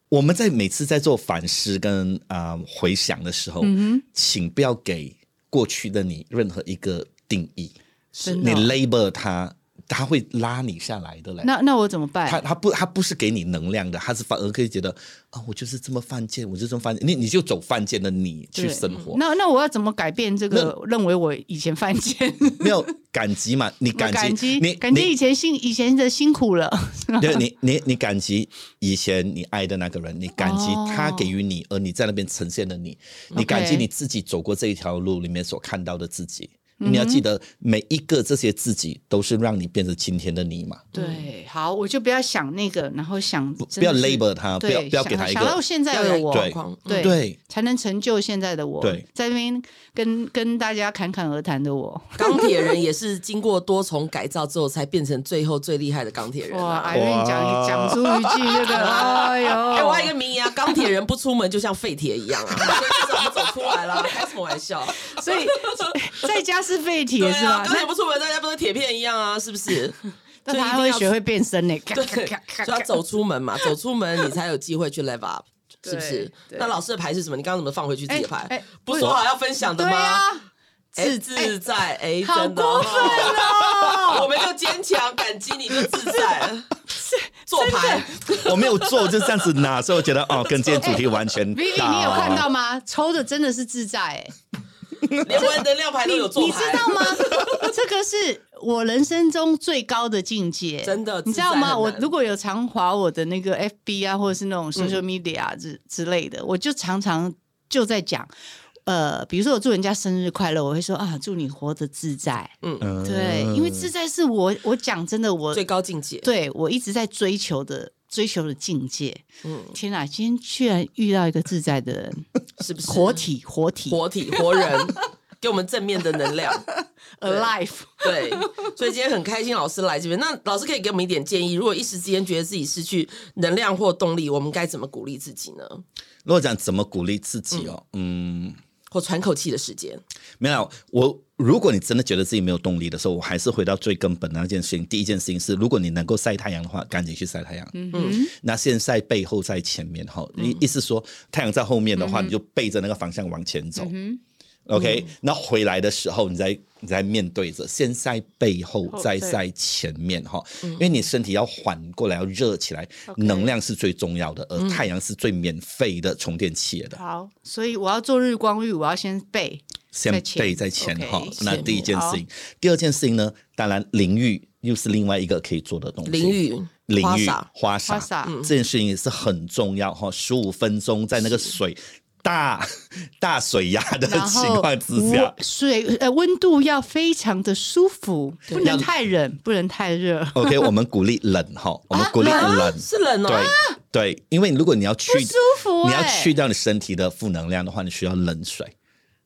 Speaker 2: 我们在每次在做反思跟啊、呃回想的时候，
Speaker 3: 嗯
Speaker 2: 请不要给过去的你任何一个定义，
Speaker 3: 真
Speaker 2: 你 label 它，它会拉你下来的嘞。
Speaker 3: 那那我怎么
Speaker 2: 他
Speaker 3: 办？
Speaker 2: 他不他不是给你能量的，他是反而可以觉得啊、我就是这么犯贱，我就这么犯贱，你你就走犯贱的你去
Speaker 3: 对嗯
Speaker 2: 生活，
Speaker 3: 那那我要怎么改变这个认为我以前犯贱？
Speaker 2: 没有感激嘛？你
Speaker 3: 我
Speaker 2: 感激，
Speaker 3: 激
Speaker 2: 你
Speaker 3: 感激以
Speaker 2: 你
Speaker 3: 前辛以前的辛苦了，
Speaker 2: 对你你你感激以前你爱的那个人，你感激
Speaker 3: 哦
Speaker 2: 他给予你，而你在那边呈现的你，你感激
Speaker 3: 嗯 OK
Speaker 2: 你自己走过这一条路里面所看到的自己。
Speaker 3: 嗯
Speaker 2: 你要记得，每一个这些自己都是让你变成今天的你嘛，
Speaker 3: 对，好，我就不要想那个，然后想
Speaker 2: 不
Speaker 3: 不
Speaker 2: 不要 label 他，不要不要给他一
Speaker 3: 想到
Speaker 2: 个
Speaker 3: 现在
Speaker 1: 要
Speaker 3: 的
Speaker 1: 有
Speaker 3: 我，
Speaker 1: 眼光，
Speaker 3: 对
Speaker 2: 对
Speaker 3: 才能成就现在的我，
Speaker 2: 对
Speaker 3: 在那边跟跟大家侃侃而谈的我，
Speaker 1: 钢铁人也是经过多重改造之后，才变成最后最厉害的钢铁人、
Speaker 3: 哇，哎
Speaker 1: 啊。
Speaker 3: 艾瑞讲讲出一句这个，哎呦，
Speaker 1: 哎、我还有一个名言啊，钢铁人不出门就像废铁一样啊， 所以至少我们走出来了， 开什么玩笑？
Speaker 3: 所 以在家是废
Speaker 1: 对
Speaker 3: 铁是
Speaker 1: 啊，
Speaker 3: 吧？
Speaker 1: 钢铁不出门，大家不是铁片一样啊，是不是？
Speaker 3: 那
Speaker 1: 所以
Speaker 3: 那
Speaker 1: 一
Speaker 3: 他
Speaker 1: 定
Speaker 3: 会
Speaker 1: 要
Speaker 3: 学会变身呢，咔
Speaker 1: 对，
Speaker 3: 咔咔咔
Speaker 1: 就要走出门嘛，走出门你才有机会去 level up，是不是？
Speaker 3: 对
Speaker 1: 那老师的牌是什么？你刚刚怎么放回去自己的
Speaker 3: 哎
Speaker 1: 牌
Speaker 3: 哎？
Speaker 1: 不是说好要分享的
Speaker 3: 对
Speaker 1: 吗？
Speaker 3: 啊，
Speaker 1: 哎
Speaker 3: 自
Speaker 1: 自
Speaker 3: 自
Speaker 1: 在，哎，
Speaker 3: 好
Speaker 1: 真的
Speaker 3: 过分 啊
Speaker 1: 哦！我们就坚强，感激你就自在，做牌
Speaker 2: 我没有做，就这样子拿，所以我觉得哦， 跟今天主题完全
Speaker 3: Vivi，你
Speaker 1: 哦
Speaker 3: 有看到吗？抽的真的是自在哎、
Speaker 1: 连玩能量牌都
Speaker 3: 你
Speaker 1: 有做
Speaker 3: 你
Speaker 1: 牌
Speaker 3: 知，道吗？ 这个是我人生中最高的境界，
Speaker 1: 真的
Speaker 3: 你知道
Speaker 1: 自在
Speaker 3: 吗？
Speaker 1: 很
Speaker 3: 我
Speaker 1: 难
Speaker 3: 如果有常划我的那个 FB 啊，或者是那种 social media 啊
Speaker 1: 嗯
Speaker 3: 之、之类的，我就常常就在讲。呃，比如说我祝人家生日快乐，我会说啊，祝你活得自在。
Speaker 2: 嗯
Speaker 3: 对，因为自在是我，我讲真的，我
Speaker 1: 最高境界。
Speaker 3: 对我一直在追求的追求的境界。
Speaker 2: 嗯
Speaker 3: 天哪，今天居然遇到一个自在的 人，
Speaker 1: 是不是？
Speaker 3: 活体，活体
Speaker 1: 活体活人， 给我们正面的能量。
Speaker 3: ，alive。
Speaker 1: 对，所以今天很开心老师来这边。那老师可以给我们一点建议，如果一时之间觉得自己失去能量或动力，我们该怎么鼓励自己呢？
Speaker 2: 如果讲怎么鼓励自己哦，嗯，
Speaker 1: 或喘口气的时间，
Speaker 2: 没有我。如果你真的觉得自己没有动力的时候，我还是回到最根本的那件事情。第一件事情是，如果你能够晒太阳的话，赶紧去晒太阳。嗯
Speaker 1: 嗯，
Speaker 2: 那先晒背后，晒前面哈。意意思说，太阳在后面的话，你就背着那个方向往前走。OK，那回来的时候，你再你再面对着，先晒背后，
Speaker 3: 后
Speaker 2: 再
Speaker 3: 对
Speaker 2: 晒前面哈，因为你身体要缓过来，要热起来，能量是最重要的，而太阳是最免费的充电器的。
Speaker 3: 好，所以我要做日光浴，我要先 背。
Speaker 2: 先
Speaker 3: 在前
Speaker 2: 备在前
Speaker 3: OK，
Speaker 2: 哈。那
Speaker 1: 羡
Speaker 2: 第一
Speaker 1: 慕
Speaker 2: 件事
Speaker 3: 好
Speaker 2: 情，第二件事情呢，当然淋浴又是另外一个可以做的东西。
Speaker 1: 淋浴、
Speaker 2: 淋
Speaker 1: 花
Speaker 2: 浴
Speaker 1: 洒、
Speaker 2: 花洒
Speaker 3: 花洒嗯
Speaker 2: 这件事情也是很重要哈。十五分钟在那个水大大水压的
Speaker 3: 然
Speaker 2: 情
Speaker 3: 后
Speaker 2: 况之下
Speaker 3: 温。水呃温度要非常的舒服，不能太冷，不能太热。
Speaker 2: OK，我们鼓励冷哈，我们鼓励
Speaker 1: 啊
Speaker 2: 冷，
Speaker 1: 是冷哦，
Speaker 2: 对对，因为如果你要去
Speaker 3: 不舒服
Speaker 2: 你要
Speaker 3: 欸
Speaker 2: 去掉你身体的负能量的话，你需要冷水。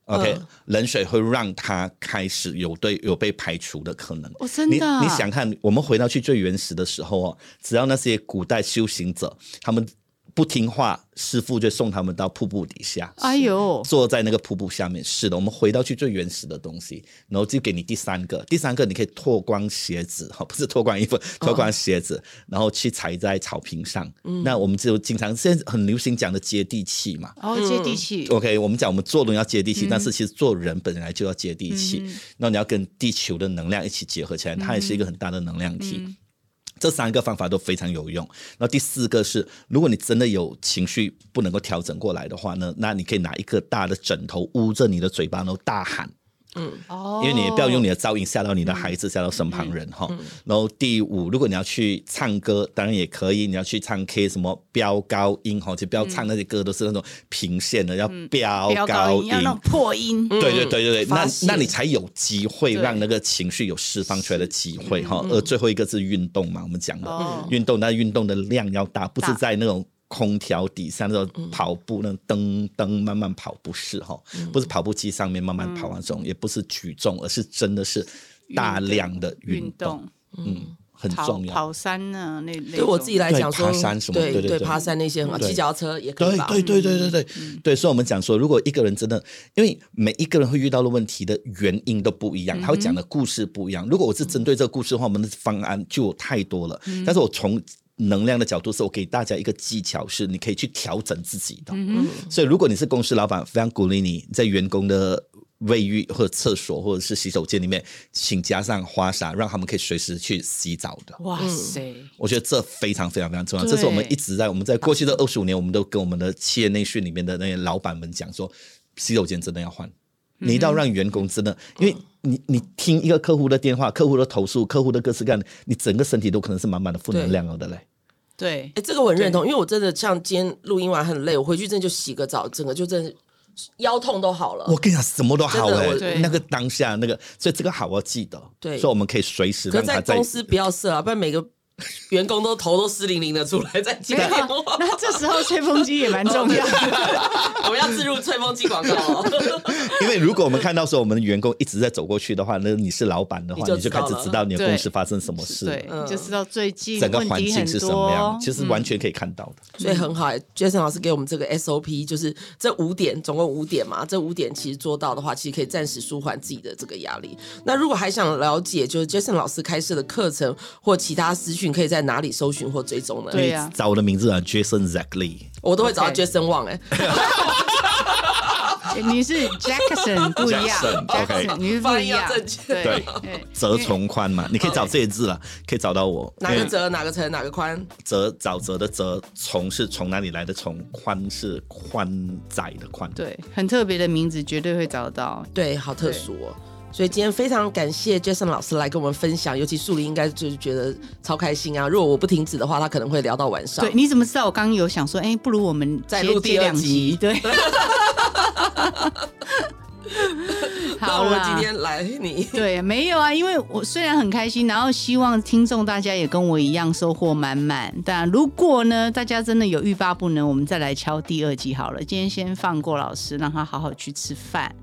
Speaker 2: OK，、
Speaker 1: 嗯
Speaker 2: 冷水会让它开始有对有被排除的可能。
Speaker 3: 哦真的啊
Speaker 2: 你你想看，我们回到去最原始的时候哦，只要那些古代修行者他们不听话，师傅就送他们到瀑布底下。
Speaker 3: 哎呦，
Speaker 2: 坐在那个瀑布下面，是的，我们回到去最原始的东西，然后就给你第三个，第三个你可以脱光鞋子，哦哈，不是脱光衣服，
Speaker 3: 哦
Speaker 2: 脱光鞋子，然后去踩在草坪上。
Speaker 3: 嗯
Speaker 2: 那我们就经常现在很流行讲的接地气嘛，
Speaker 3: 然后接
Speaker 2: 嗯
Speaker 3: 地气，嗯
Speaker 2: OK，我们讲我们做人要接地气，但是其实做人本来就要接地气，那你要跟地球的能量一起结合
Speaker 3: 嗯
Speaker 2: 起来，它也是一个很大的能量体。这三个方法都非常有用。那第四个是，如果你真的有情绪不能够调整过来的话呢，那你可以拿一个大的枕头捂着你的嘴巴，然后大喊，
Speaker 3: 哦
Speaker 2: 因为你也不要用你的噪音吓到你的孩子，吓到身旁人哈。然后第五，如果你要去唱歌，当然也可以，你要去唱 K 什么飙高音哈，就不要唱那些歌都是那种平线的，要飙
Speaker 3: 不要
Speaker 2: 高
Speaker 3: 高音，
Speaker 2: 音。嗯
Speaker 3: 要那种破音。
Speaker 2: 对对对对对，
Speaker 1: 发
Speaker 2: 那
Speaker 1: 泄
Speaker 2: 那你才有机会
Speaker 3: 对
Speaker 2: 让那个情绪有释放出来的机会哈。而最后一个是运动嘛，我们讲
Speaker 3: 哦
Speaker 2: 的运动，那运动的量要大，不是
Speaker 3: 大
Speaker 2: 在那种。空调底下那种跑步，那种噔噔慢慢跑，不是哈，不是跑步机上面慢慢跑那种，也不是举重，而是真的是大量的
Speaker 3: 运
Speaker 2: 运动，
Speaker 3: 动、
Speaker 2: 嗯，很
Speaker 3: 跑
Speaker 2: 重要。
Speaker 3: 跑山呢，那那
Speaker 1: 对我自己来讲说，
Speaker 2: 对爬山什么
Speaker 1: 对
Speaker 2: 对对对
Speaker 1: 爬山那些很好，
Speaker 2: 对
Speaker 1: 骑脚踏车也可
Speaker 2: 对
Speaker 1: 以吧？嗯
Speaker 2: 对对对对对对，所以我们讲说，如果一个人真的，因为每一个人会遇到的问题的原因都不一
Speaker 1: 嗯
Speaker 2: 样，他会讲的故事不一样。如果我是针对这个故事的话，我们的方案就有太多了。
Speaker 1: 嗯
Speaker 2: 但是我从能量的角度是，我给大家一个技巧，是你可以去调整自己的。
Speaker 1: 嗯
Speaker 2: 所以，如果你是公司老板，非常鼓励你在员工的卫浴或者厕所或者是洗手间里面，请加上花洒，让他们可以随时去洗澡的。
Speaker 3: 哇塞，
Speaker 2: 我觉得这非常非常非常重要，
Speaker 3: 对
Speaker 2: 这是我们一直在我们在过去的二十五年，我们都跟我们的企业内训里面的那些老板们讲说，洗手间真的要换，你一
Speaker 1: 嗯
Speaker 2: 定要让员工真的，因为你你听一个客户的电话、客户的投诉、客户的各式各样的，你整个身体都可能是满满的负能量了的嘞。
Speaker 3: 对
Speaker 1: 哎，这个我很认同，因为我真的像今天录音完很累，我回去真的就洗个澡，整个就真的腰痛都好了。
Speaker 2: 我跟你讲，什么都好
Speaker 1: 真的
Speaker 2: 哎、
Speaker 1: 我
Speaker 3: 对
Speaker 2: 那个当下那个，所以这个好要记得，
Speaker 1: 对
Speaker 2: 所以我们可以随时
Speaker 1: 可
Speaker 2: 让
Speaker 1: 在
Speaker 2: 他在
Speaker 1: 公司不要设啊，不然每个员工都头都湿淋淋的出来在接
Speaker 3: 没有
Speaker 1: 电话。
Speaker 3: 那这时候吹风机也蛮重要的。
Speaker 1: 我们要置入吹风机广告、哦，
Speaker 2: 因为如果我们看到说我们的员工一直在走过去的话，那你是老板的话，
Speaker 1: 你
Speaker 2: 你
Speaker 1: 就
Speaker 2: 就
Speaker 1: 知道
Speaker 2: 开始
Speaker 1: 了
Speaker 2: 知道你的
Speaker 3: 对
Speaker 2: 公司发生什么事了，
Speaker 3: 对，你就知道最近
Speaker 2: 嗯整个
Speaker 3: 问
Speaker 2: 环
Speaker 3: 题
Speaker 2: 境是
Speaker 3: 很
Speaker 2: 什么样，
Speaker 3: 多。嗯
Speaker 2: 其实完全可以看到的。
Speaker 1: 所以很好、欸。Jason 老师给我们这个 SOP，就是这五点，总共五点嘛，这五点其实做到的话，其实可以暂时舒缓自己的这个压力。那如果还想了解，就是 Jason 老师开设的课程或其他私讯，可以在哪里搜寻或追踪呢？嗯
Speaker 3: 对呀
Speaker 2: 找我的名字啊，Jason Zackley，
Speaker 1: 我都会找到
Speaker 3: OK
Speaker 1: Jason Wang 哎、
Speaker 3: 哎你是 Jackson 不一样
Speaker 2: Jackson，OK
Speaker 3: ，Jackson 你是不
Speaker 1: 发音
Speaker 3: 一
Speaker 1: 要
Speaker 3: 样，
Speaker 1: 正确
Speaker 3: 对
Speaker 2: 对
Speaker 3: 对哦
Speaker 2: 折从宽嘛，你可以找这些字了，可以找到我。
Speaker 1: 哪个
Speaker 2: 因为
Speaker 1: 折哪个成哪个宽？
Speaker 2: 折？沼泽的折，从是从哪里来的从，宽是宽窄的宽。
Speaker 3: 对，很特别的名字，绝对会找到。
Speaker 1: 对，好特殊哦。所以今天非常感谢 Jason 老师来跟我们分享，尤其树林应该就是觉得超开心啊。如果我不停止的话，他可能会聊到晚上。
Speaker 3: 对，你怎么知道？我刚刚有想说，哎，不如我们
Speaker 1: 再
Speaker 3: 接
Speaker 1: 录
Speaker 3: 接
Speaker 1: 第二
Speaker 3: 两
Speaker 1: 集
Speaker 3: 集，对，
Speaker 1: 那
Speaker 3: 好
Speaker 1: 我
Speaker 3: 啦
Speaker 1: 今天来你
Speaker 3: 对，没有啊，因为我虽然很开心，然后希望听众大家也跟我一样收获满满。但如果呢，大家真的有欲罢不能，我们再来敲第二集好了。今天先放过老师，让他好好去吃饭。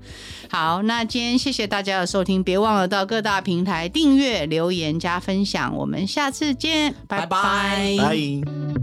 Speaker 3: 好，那今天谢谢大家的收听，别忘了到各大平台订阅、留言、加分享。我们下次见，
Speaker 1: 拜拜
Speaker 2: 拜。